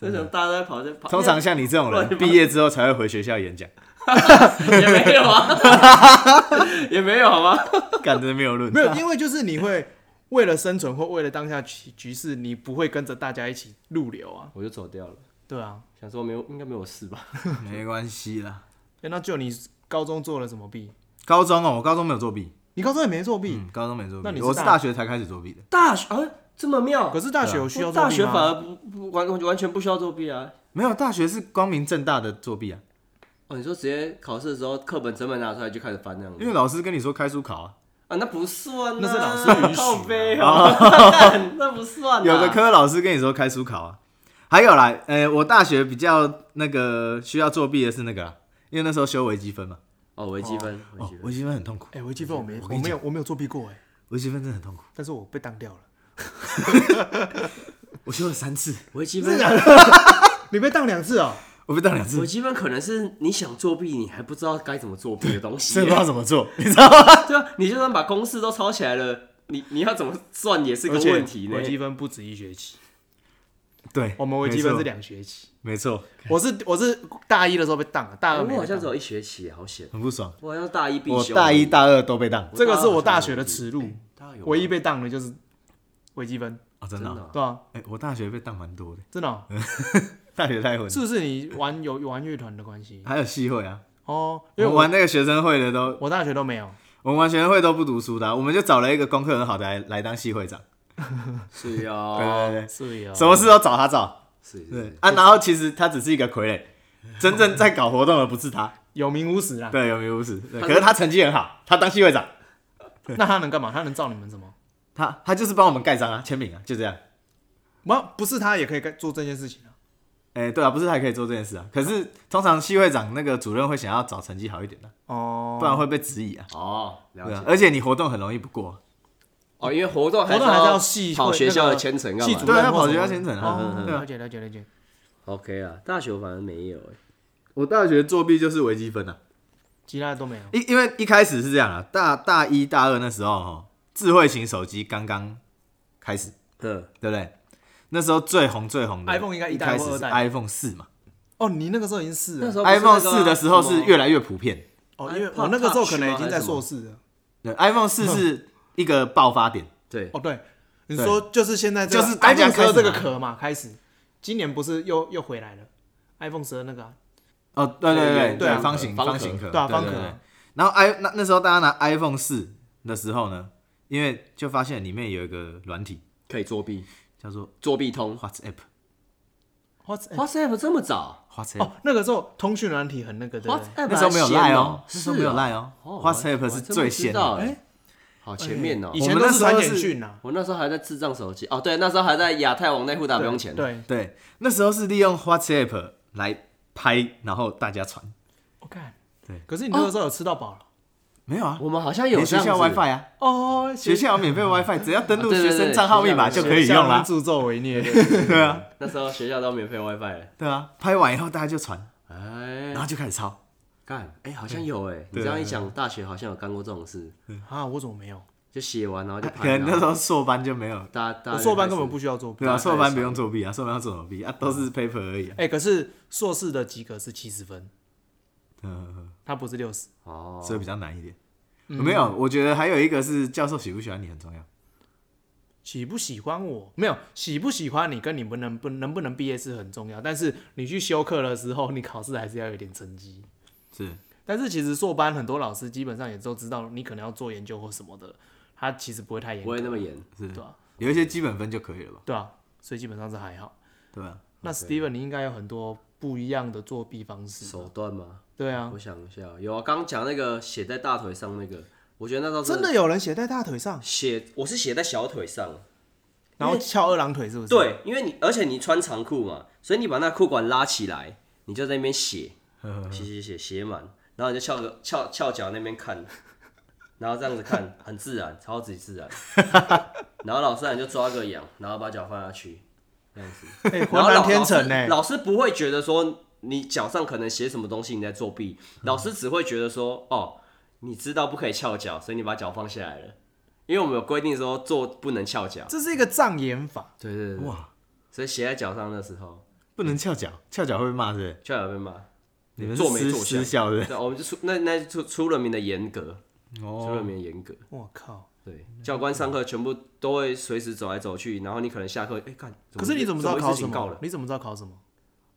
[SPEAKER 3] 真的，大家都在跑，在跑，
[SPEAKER 2] 通常像你这种
[SPEAKER 3] 乱
[SPEAKER 2] 人
[SPEAKER 3] 七，八糟
[SPEAKER 2] 毕业之后才会回学校演讲，
[SPEAKER 3] 也没有 啊，也没有好吗？
[SPEAKER 2] 干真的没有论
[SPEAKER 4] 没。有，因为就是你会为了生存或为了当下局局势，你不会跟着大家一起入流啊，
[SPEAKER 3] 我就走掉了，
[SPEAKER 4] 对啊。
[SPEAKER 3] 想说没有，应该没有事吧？
[SPEAKER 2] 没关系啦。
[SPEAKER 4] 欸那就你高中做了什么弊？
[SPEAKER 2] 高中哦，我高中没有作弊，
[SPEAKER 4] 你高中也没作弊，
[SPEAKER 2] 嗯，高中没作
[SPEAKER 4] 那你
[SPEAKER 2] 弊，
[SPEAKER 4] 是
[SPEAKER 2] 我是
[SPEAKER 4] 大
[SPEAKER 2] 大学才开始作弊的。
[SPEAKER 3] 大学啊，这么妙，
[SPEAKER 4] 可是大学有需要作
[SPEAKER 3] 啊大
[SPEAKER 4] 弊
[SPEAKER 3] 学
[SPEAKER 4] 吗？
[SPEAKER 3] 反而不不完完全不需要作弊啊。
[SPEAKER 2] 没有，大学是光明正大的作弊啊，
[SPEAKER 3] 哦，你说直接考试的时候课本整本拿出来就开始翻这样子
[SPEAKER 2] 因为老师跟你说开书考啊，
[SPEAKER 3] 啊？那不算啊，
[SPEAKER 4] 那是老师允许 的
[SPEAKER 3] 靠背哦，干 那不算啊。
[SPEAKER 2] 有的科老师跟你说开书考啊。还有啦，呃，我大学比较那个需要作弊的是那个啊，因为那时候修微积分嘛，
[SPEAKER 3] 哦，微积分，微
[SPEAKER 2] 哦
[SPEAKER 3] 积，分
[SPEAKER 2] 微积分很痛苦，
[SPEAKER 4] 哎、微积分我没，我
[SPEAKER 2] 跟你
[SPEAKER 4] 没有，我没有作弊过哎、
[SPEAKER 2] 微积分真的很痛苦，
[SPEAKER 4] 但是我被当掉了。
[SPEAKER 2] 我修了三次，
[SPEAKER 3] 微积分，
[SPEAKER 4] 你被当两次哦、
[SPEAKER 2] 我被当两次
[SPEAKER 3] 微，积分可能是你想作弊，你还不知道该怎么作弊的东西
[SPEAKER 2] 真的。不知道怎么做，你知道吗？
[SPEAKER 3] 对啊，你就算把公式都抄起来了，你你要怎么算也是个
[SPEAKER 4] 而且
[SPEAKER 3] 问题呢
[SPEAKER 4] 微。积分不止一学期，
[SPEAKER 2] 对，
[SPEAKER 4] 我们微积分是
[SPEAKER 2] 没错，
[SPEAKER 4] 两学期。
[SPEAKER 2] 没错，
[SPEAKER 4] 我是我是大一的时候被当了，大二
[SPEAKER 3] 哎我
[SPEAKER 4] 没
[SPEAKER 3] 好
[SPEAKER 4] 被
[SPEAKER 3] 像只
[SPEAKER 4] 当。
[SPEAKER 3] 有一学期，好险！
[SPEAKER 2] 很不爽。
[SPEAKER 3] 我好像大一必
[SPEAKER 2] 我
[SPEAKER 3] 修。
[SPEAKER 2] 大一、大二都被当，
[SPEAKER 4] 这个是我大学的耻辱，
[SPEAKER 3] 大
[SPEAKER 2] 哎
[SPEAKER 3] 有
[SPEAKER 4] 唯一被当的就是微积分，
[SPEAKER 2] 哦，真
[SPEAKER 3] 真
[SPEAKER 2] 的
[SPEAKER 3] 的
[SPEAKER 2] 哦，
[SPEAKER 3] 啊
[SPEAKER 4] 对啊，
[SPEAKER 2] 哎，我大学被当蛮多的，
[SPEAKER 4] 真的哦、
[SPEAKER 2] 嗯大学太混了，
[SPEAKER 4] 是不是你玩有玩乐团的关系？
[SPEAKER 2] 还有系会啊，
[SPEAKER 4] 哦，因
[SPEAKER 2] 我
[SPEAKER 4] 为
[SPEAKER 2] 们
[SPEAKER 4] 我
[SPEAKER 2] 玩那个学生会的都，
[SPEAKER 4] 我大学都没有，
[SPEAKER 2] 我们玩学生会都不读书的啊、我们就找了一个功课很好的来来当系会长，
[SPEAKER 3] 是
[SPEAKER 2] 对
[SPEAKER 3] 啊，
[SPEAKER 2] 对对，
[SPEAKER 4] 是啊
[SPEAKER 2] 什么事都找他找，
[SPEAKER 3] 是是
[SPEAKER 2] 哦对啊，然后其实他只是一个傀儡，真正在搞活动的不是他，
[SPEAKER 4] 有名无实啊。
[SPEAKER 2] 对，有名无实，对可是他成绩很好，他当系会长，
[SPEAKER 4] 那他能干嘛？他能造你们什么？
[SPEAKER 2] 他他就是帮我们盖章啊，签名啊，就这样，
[SPEAKER 4] 不，不是他也可以干做这件事情啊。
[SPEAKER 2] 哎、对啊，不是他也可以做这件事啊，可是通常系会长那个主任会想要找成绩好一点的、啊
[SPEAKER 4] 哦
[SPEAKER 2] 不，然会被质疑啊，
[SPEAKER 3] 哦，了
[SPEAKER 2] 对啊，
[SPEAKER 3] 解。
[SPEAKER 2] 而且你活动很容易不过，啊
[SPEAKER 3] 哦，因为活动
[SPEAKER 4] 活动还是要系
[SPEAKER 3] 跑
[SPEAKER 4] 会
[SPEAKER 3] 学
[SPEAKER 4] 那
[SPEAKER 3] 校的
[SPEAKER 4] 个
[SPEAKER 3] 前程干
[SPEAKER 4] 系
[SPEAKER 3] 嘛
[SPEAKER 4] 主
[SPEAKER 3] 的
[SPEAKER 2] 对
[SPEAKER 4] 任
[SPEAKER 2] 啊
[SPEAKER 4] 或
[SPEAKER 2] 跑学
[SPEAKER 4] 什么
[SPEAKER 2] 校先整啊嗯
[SPEAKER 4] 哦
[SPEAKER 2] 嗯，嗯
[SPEAKER 4] 了解了解了解。
[SPEAKER 3] ？OK 啊，大学我反正没有哎。
[SPEAKER 2] 我大学作弊就是微积分啊。
[SPEAKER 4] 其他的都没有。
[SPEAKER 2] 因因为一开始是这样啊，大大一大二那时候哈，智慧型手机刚刚开始，
[SPEAKER 3] 嗯，
[SPEAKER 2] 对不对？那时候最红最红的
[SPEAKER 4] iPhone 应该一
[SPEAKER 2] 一
[SPEAKER 4] 代
[SPEAKER 2] 开
[SPEAKER 4] 或
[SPEAKER 2] 始
[SPEAKER 4] 二
[SPEAKER 2] 是
[SPEAKER 4] 代
[SPEAKER 2] iPhone 四嘛
[SPEAKER 4] 哦，你那个时候已经是
[SPEAKER 3] 那
[SPEAKER 4] 了
[SPEAKER 3] 时候哎不是那
[SPEAKER 2] ，iPhone
[SPEAKER 3] 个
[SPEAKER 2] 四的时候是越
[SPEAKER 3] 来
[SPEAKER 2] 来越普遍。
[SPEAKER 4] 哦，因为
[SPEAKER 3] iPod
[SPEAKER 4] 我那个时候可
[SPEAKER 3] Touch
[SPEAKER 4] 能
[SPEAKER 3] 吗
[SPEAKER 4] 已经在
[SPEAKER 3] 还是什么
[SPEAKER 4] 硕士了。
[SPEAKER 2] 对，iPhone 四是一个爆发点，
[SPEAKER 3] 对
[SPEAKER 4] 哦，对，你
[SPEAKER 2] 对
[SPEAKER 4] 说就是现在这个
[SPEAKER 2] 就是大家
[SPEAKER 4] iPhone 十
[SPEAKER 2] 开始
[SPEAKER 4] 二这个
[SPEAKER 2] 买
[SPEAKER 4] 壳嘛，开始，今年不是又又回来了，iPhone 十二那个啊，
[SPEAKER 2] 哦，对对
[SPEAKER 3] 对
[SPEAKER 2] 对
[SPEAKER 4] 对啊
[SPEAKER 2] 方形
[SPEAKER 3] 方壳
[SPEAKER 2] 方形壳，
[SPEAKER 4] 对啊，方
[SPEAKER 2] 对
[SPEAKER 4] 壳
[SPEAKER 2] 对
[SPEAKER 4] 啊，
[SPEAKER 2] 然后 i 那那时候大家拿 iPhone 四的时候呢，因为就发现里面有一个软体
[SPEAKER 3] 可以作弊，
[SPEAKER 2] 叫做
[SPEAKER 3] 作弊通。
[SPEAKER 2] WhatsApp，WhatsApp
[SPEAKER 4] WhatsApp
[SPEAKER 3] 欸 WhatsApp 这么早
[SPEAKER 4] 哦，那个时候通讯软体很那个，对不对？
[SPEAKER 3] ？WhatsApp
[SPEAKER 2] 那时候没有 Line
[SPEAKER 3] 哦
[SPEAKER 2] 哦，，那时候没
[SPEAKER 4] 啊
[SPEAKER 2] 有 Line 哦
[SPEAKER 3] 哦
[SPEAKER 2] ，WhatsApp 是最先的。哎
[SPEAKER 3] 哎，好前面哦
[SPEAKER 4] 以。
[SPEAKER 2] 我
[SPEAKER 4] 前
[SPEAKER 2] 们
[SPEAKER 4] 都
[SPEAKER 2] 那
[SPEAKER 4] 是
[SPEAKER 2] 时候
[SPEAKER 4] 传简
[SPEAKER 2] 是
[SPEAKER 4] 讯呐，
[SPEAKER 3] 我那时候还在智障手机哦，对，那时候还在亚太网内互打不用钱。，
[SPEAKER 4] 对，
[SPEAKER 2] 对，那时候是利用 WhatsApp 来拍，然后大家传。
[SPEAKER 4] 我看，
[SPEAKER 2] 对
[SPEAKER 4] 可是你那个时候有吃到饱了
[SPEAKER 2] 没有啊，
[SPEAKER 3] 我们好像有
[SPEAKER 2] 连
[SPEAKER 3] 这
[SPEAKER 2] 学
[SPEAKER 3] 样子
[SPEAKER 2] 校 WiFi 啊，
[SPEAKER 4] 哦，
[SPEAKER 2] 学校有免费 WiFi，只要登录
[SPEAKER 3] 啊对对
[SPEAKER 2] 学
[SPEAKER 3] 对
[SPEAKER 2] 生账号密码就可以用啦。
[SPEAKER 4] 助纣 为虐，
[SPEAKER 2] 对啊，
[SPEAKER 3] 那时候学校都免费 WiFi 了。
[SPEAKER 2] 对啊，拍完以后大家就传，
[SPEAKER 3] 哎
[SPEAKER 2] 然，后就开始抄。
[SPEAKER 3] 干，哎，好像有哎，你这样一讲，大学好像有干过这种事，
[SPEAKER 4] 啊，我怎 么没有？
[SPEAKER 3] 就写完然后就
[SPEAKER 2] 可
[SPEAKER 3] 拍，
[SPEAKER 2] 能那
[SPEAKER 3] 然
[SPEAKER 2] 时
[SPEAKER 3] 后
[SPEAKER 2] 候硕班就没有，
[SPEAKER 3] 大大
[SPEAKER 4] 我硕班根本不需要作弊
[SPEAKER 2] 对。啊，
[SPEAKER 3] 大家开始
[SPEAKER 2] 硕班不用作弊啊，硕班要做什么弊啊？都是 paper 而已啊。
[SPEAKER 4] 哎、可是硕士的及格是七十分，
[SPEAKER 2] 嗯，
[SPEAKER 4] 它不是六十。
[SPEAKER 3] 哦，
[SPEAKER 2] 所以比较难一点。没有，我觉得还有一个是教授喜不喜欢你很重要。
[SPEAKER 4] 喜不喜欢我没有，喜不喜欢你跟你们能不能不能毕业是很重要，但是你去修课的时候，你考试还是要有点成绩。
[SPEAKER 2] 是，
[SPEAKER 4] 但是其实硕班很多老师基本上也都知道你可能要做研究或什么的，他其实不会太严
[SPEAKER 3] 不会
[SPEAKER 4] 格，
[SPEAKER 3] 那么严。
[SPEAKER 4] 对啊，
[SPEAKER 2] 有一些基本分就可以了吧？
[SPEAKER 4] 对啊，所以基本上是还好。
[SPEAKER 2] 对吧？
[SPEAKER 4] 那 Steven 你应该有很多不一样的作弊方式，
[SPEAKER 3] 手段吗？
[SPEAKER 4] 对啊，
[SPEAKER 3] 我想一下，有啊，刚刚讲那个写在大腿上那个，我觉得那时候
[SPEAKER 4] 真
[SPEAKER 3] 的
[SPEAKER 4] 的有人写在大腿上，
[SPEAKER 3] 写，我是写在小腿上。
[SPEAKER 4] 然后翘二郎腿是不是？，
[SPEAKER 3] 对，因为你而且你穿长裤嘛，所以你把那裤管拉起来，你就在那边写，写写写写满，然后你就翘个翘翘脚那边看，然后这样子 看，很自然，超级自然。然后老师啊你就抓个痒，然后把脚放下去，这样子。
[SPEAKER 4] 哎、
[SPEAKER 3] 然
[SPEAKER 4] 浑
[SPEAKER 3] 后
[SPEAKER 4] 然
[SPEAKER 3] 老
[SPEAKER 4] 天
[SPEAKER 3] 老
[SPEAKER 4] 成哎
[SPEAKER 3] 师
[SPEAKER 4] 呢、
[SPEAKER 3] 老师不会觉得说你脚上可能写什么东西，你在作弊，
[SPEAKER 4] 嗯
[SPEAKER 3] 老师只会觉得说，哦，你知道不可以翘脚，所以你把脚放下来了，因为我们有规定说坐不能翘脚。
[SPEAKER 4] 这是一个障眼法，
[SPEAKER 3] 对对对，
[SPEAKER 2] 哇，
[SPEAKER 3] 所以写在脚上的时候，
[SPEAKER 2] 不能翘脚，翘脚会被骂是不是？
[SPEAKER 3] 就有被骂。
[SPEAKER 2] 你们是
[SPEAKER 3] 坐没
[SPEAKER 2] 私
[SPEAKER 3] 坐
[SPEAKER 2] 私
[SPEAKER 3] 相
[SPEAKER 2] 校的
[SPEAKER 3] 对，我们就出那那出出了名的严格，出了
[SPEAKER 2] 哦，
[SPEAKER 3] 名的严格。
[SPEAKER 4] 我靠！
[SPEAKER 3] 对，教官上课全部都会随时走来走去，然后你可能下课，哎，看，
[SPEAKER 4] 可是你怎么知道
[SPEAKER 3] 一次
[SPEAKER 4] 考什
[SPEAKER 3] 警告了
[SPEAKER 4] 么？？你怎么知道考什么？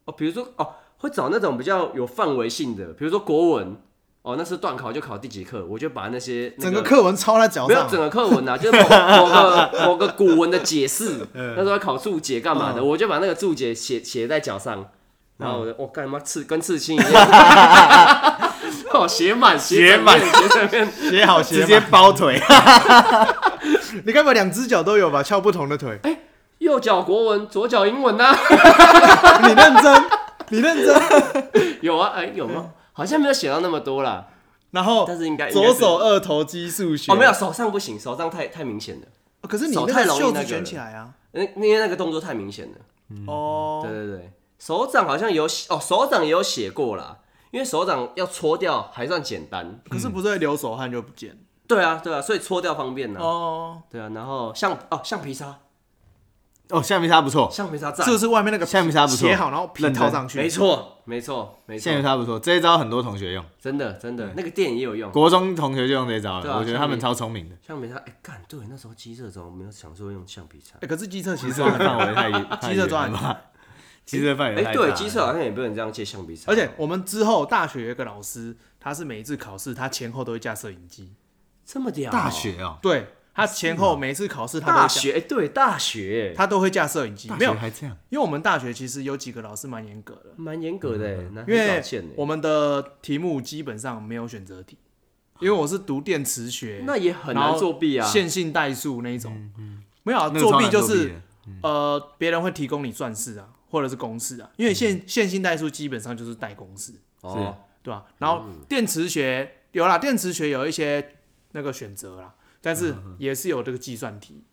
[SPEAKER 3] 哦，比如说哦，会找那种比较有范围性的，比如说国文，哦，那是段考就考第几课，我就把那些、那
[SPEAKER 4] 整
[SPEAKER 3] 个
[SPEAKER 4] 个课文抄在脚
[SPEAKER 3] 没有
[SPEAKER 4] 上
[SPEAKER 3] 整，个课文啊， 就是某个某 个某个古文的解释，那时候考注解干嘛的，我就把那个注解写写在脚上，然后我就我干嘛刺跟刺青一样， 哦，写满写整面写整面，
[SPEAKER 4] 写好
[SPEAKER 2] 直
[SPEAKER 4] 写
[SPEAKER 2] 接
[SPEAKER 4] 满。
[SPEAKER 2] 包腿，
[SPEAKER 4] 你该不会两只脚都有吧？翘不同的腿。
[SPEAKER 3] 右脚国文，左脚英文啊呐、
[SPEAKER 4] 你认 真，你认真。
[SPEAKER 3] 有啊，哎、有吗？好像没有写到那么多啦，
[SPEAKER 4] 然后
[SPEAKER 3] 但是应该应该
[SPEAKER 4] 左
[SPEAKER 3] 是
[SPEAKER 4] 手二头肌数学。
[SPEAKER 3] 哦，没有手上不行，手上太太明显了。
[SPEAKER 4] 哦。可是你那
[SPEAKER 3] 手太
[SPEAKER 4] 个
[SPEAKER 3] 容易
[SPEAKER 4] 袖
[SPEAKER 3] 那
[SPEAKER 4] 子
[SPEAKER 3] 个
[SPEAKER 4] 卷
[SPEAKER 3] 了
[SPEAKER 4] 起来啊。
[SPEAKER 3] 那因为那个动作太明显了。
[SPEAKER 4] 哦
[SPEAKER 3] 对。对对，手掌好像有写哦，手掌也有写过啦，因为手掌要搓掉还算简单。
[SPEAKER 4] 可是不是会流手汗就不见了
[SPEAKER 3] 对啊，对啊，所以搓掉方便呐、
[SPEAKER 4] 哦，
[SPEAKER 3] 对啊，然后橡哦橡皮擦，
[SPEAKER 2] 哦，橡皮擦不错，
[SPEAKER 3] 橡皮擦赞，
[SPEAKER 4] 就是外面那个
[SPEAKER 2] 橡皮擦不错
[SPEAKER 4] 写好，然后皮
[SPEAKER 2] 认真
[SPEAKER 4] 套上去。
[SPEAKER 3] 没错没错没错
[SPEAKER 2] 橡，皮擦不错，这一招很多同学用，
[SPEAKER 3] 真的真的，那个电影也有用。
[SPEAKER 2] 国中同学就用这一招
[SPEAKER 3] 对啊
[SPEAKER 2] 了，我觉得他们
[SPEAKER 3] 橡
[SPEAKER 2] 超聪明的，
[SPEAKER 3] 橡皮擦，哎、干，对，那时候机热怎么没有想说用橡皮擦？
[SPEAKER 4] 哎，可是机测其
[SPEAKER 2] 其
[SPEAKER 4] 实
[SPEAKER 2] 实范围太
[SPEAKER 4] 鸡舍专
[SPEAKER 2] 专吧，其实范
[SPEAKER 3] 哎、
[SPEAKER 2] 围太大
[SPEAKER 3] 对，
[SPEAKER 2] 了
[SPEAKER 3] 机车好像也不能这样借橡皮擦，
[SPEAKER 4] 而且我们之后大学有一个老师，他是每一次考试，他前后都会架摄影机。
[SPEAKER 3] 这么屌哦、
[SPEAKER 2] 大学哦，
[SPEAKER 4] 对他前后每一次考试，他都
[SPEAKER 3] 大
[SPEAKER 4] 会架
[SPEAKER 3] 学，哎、对，大学，
[SPEAKER 4] 他都会架摄影机。
[SPEAKER 2] 大
[SPEAKER 4] 哦没
[SPEAKER 2] 学
[SPEAKER 4] 有，
[SPEAKER 2] 还这样，
[SPEAKER 4] 因为我们大学其实有几个老师蛮严格的，
[SPEAKER 3] 蛮严格的、哎，那
[SPEAKER 4] 嗯因
[SPEAKER 3] 很少
[SPEAKER 4] 为
[SPEAKER 3] 见哎
[SPEAKER 4] 我们的题目基本上没有选择题，因为我是读电磁学，
[SPEAKER 3] 那也很难作弊啊。
[SPEAKER 4] 线性代数那一种，没有啊
[SPEAKER 2] 嗯那个
[SPEAKER 4] 作弊
[SPEAKER 2] 超难嗯
[SPEAKER 4] 就
[SPEAKER 2] 的
[SPEAKER 4] 是呃，别人会提供你算式啊，或者是公式啊，因为
[SPEAKER 3] 嗯
[SPEAKER 4] 线线性代数基本上就是代公式，
[SPEAKER 3] 哦，
[SPEAKER 4] 对吧？然后电磁学有啦，电磁学有一些那个选择啦，但
[SPEAKER 2] 嗯
[SPEAKER 4] 是也是有这个计算题，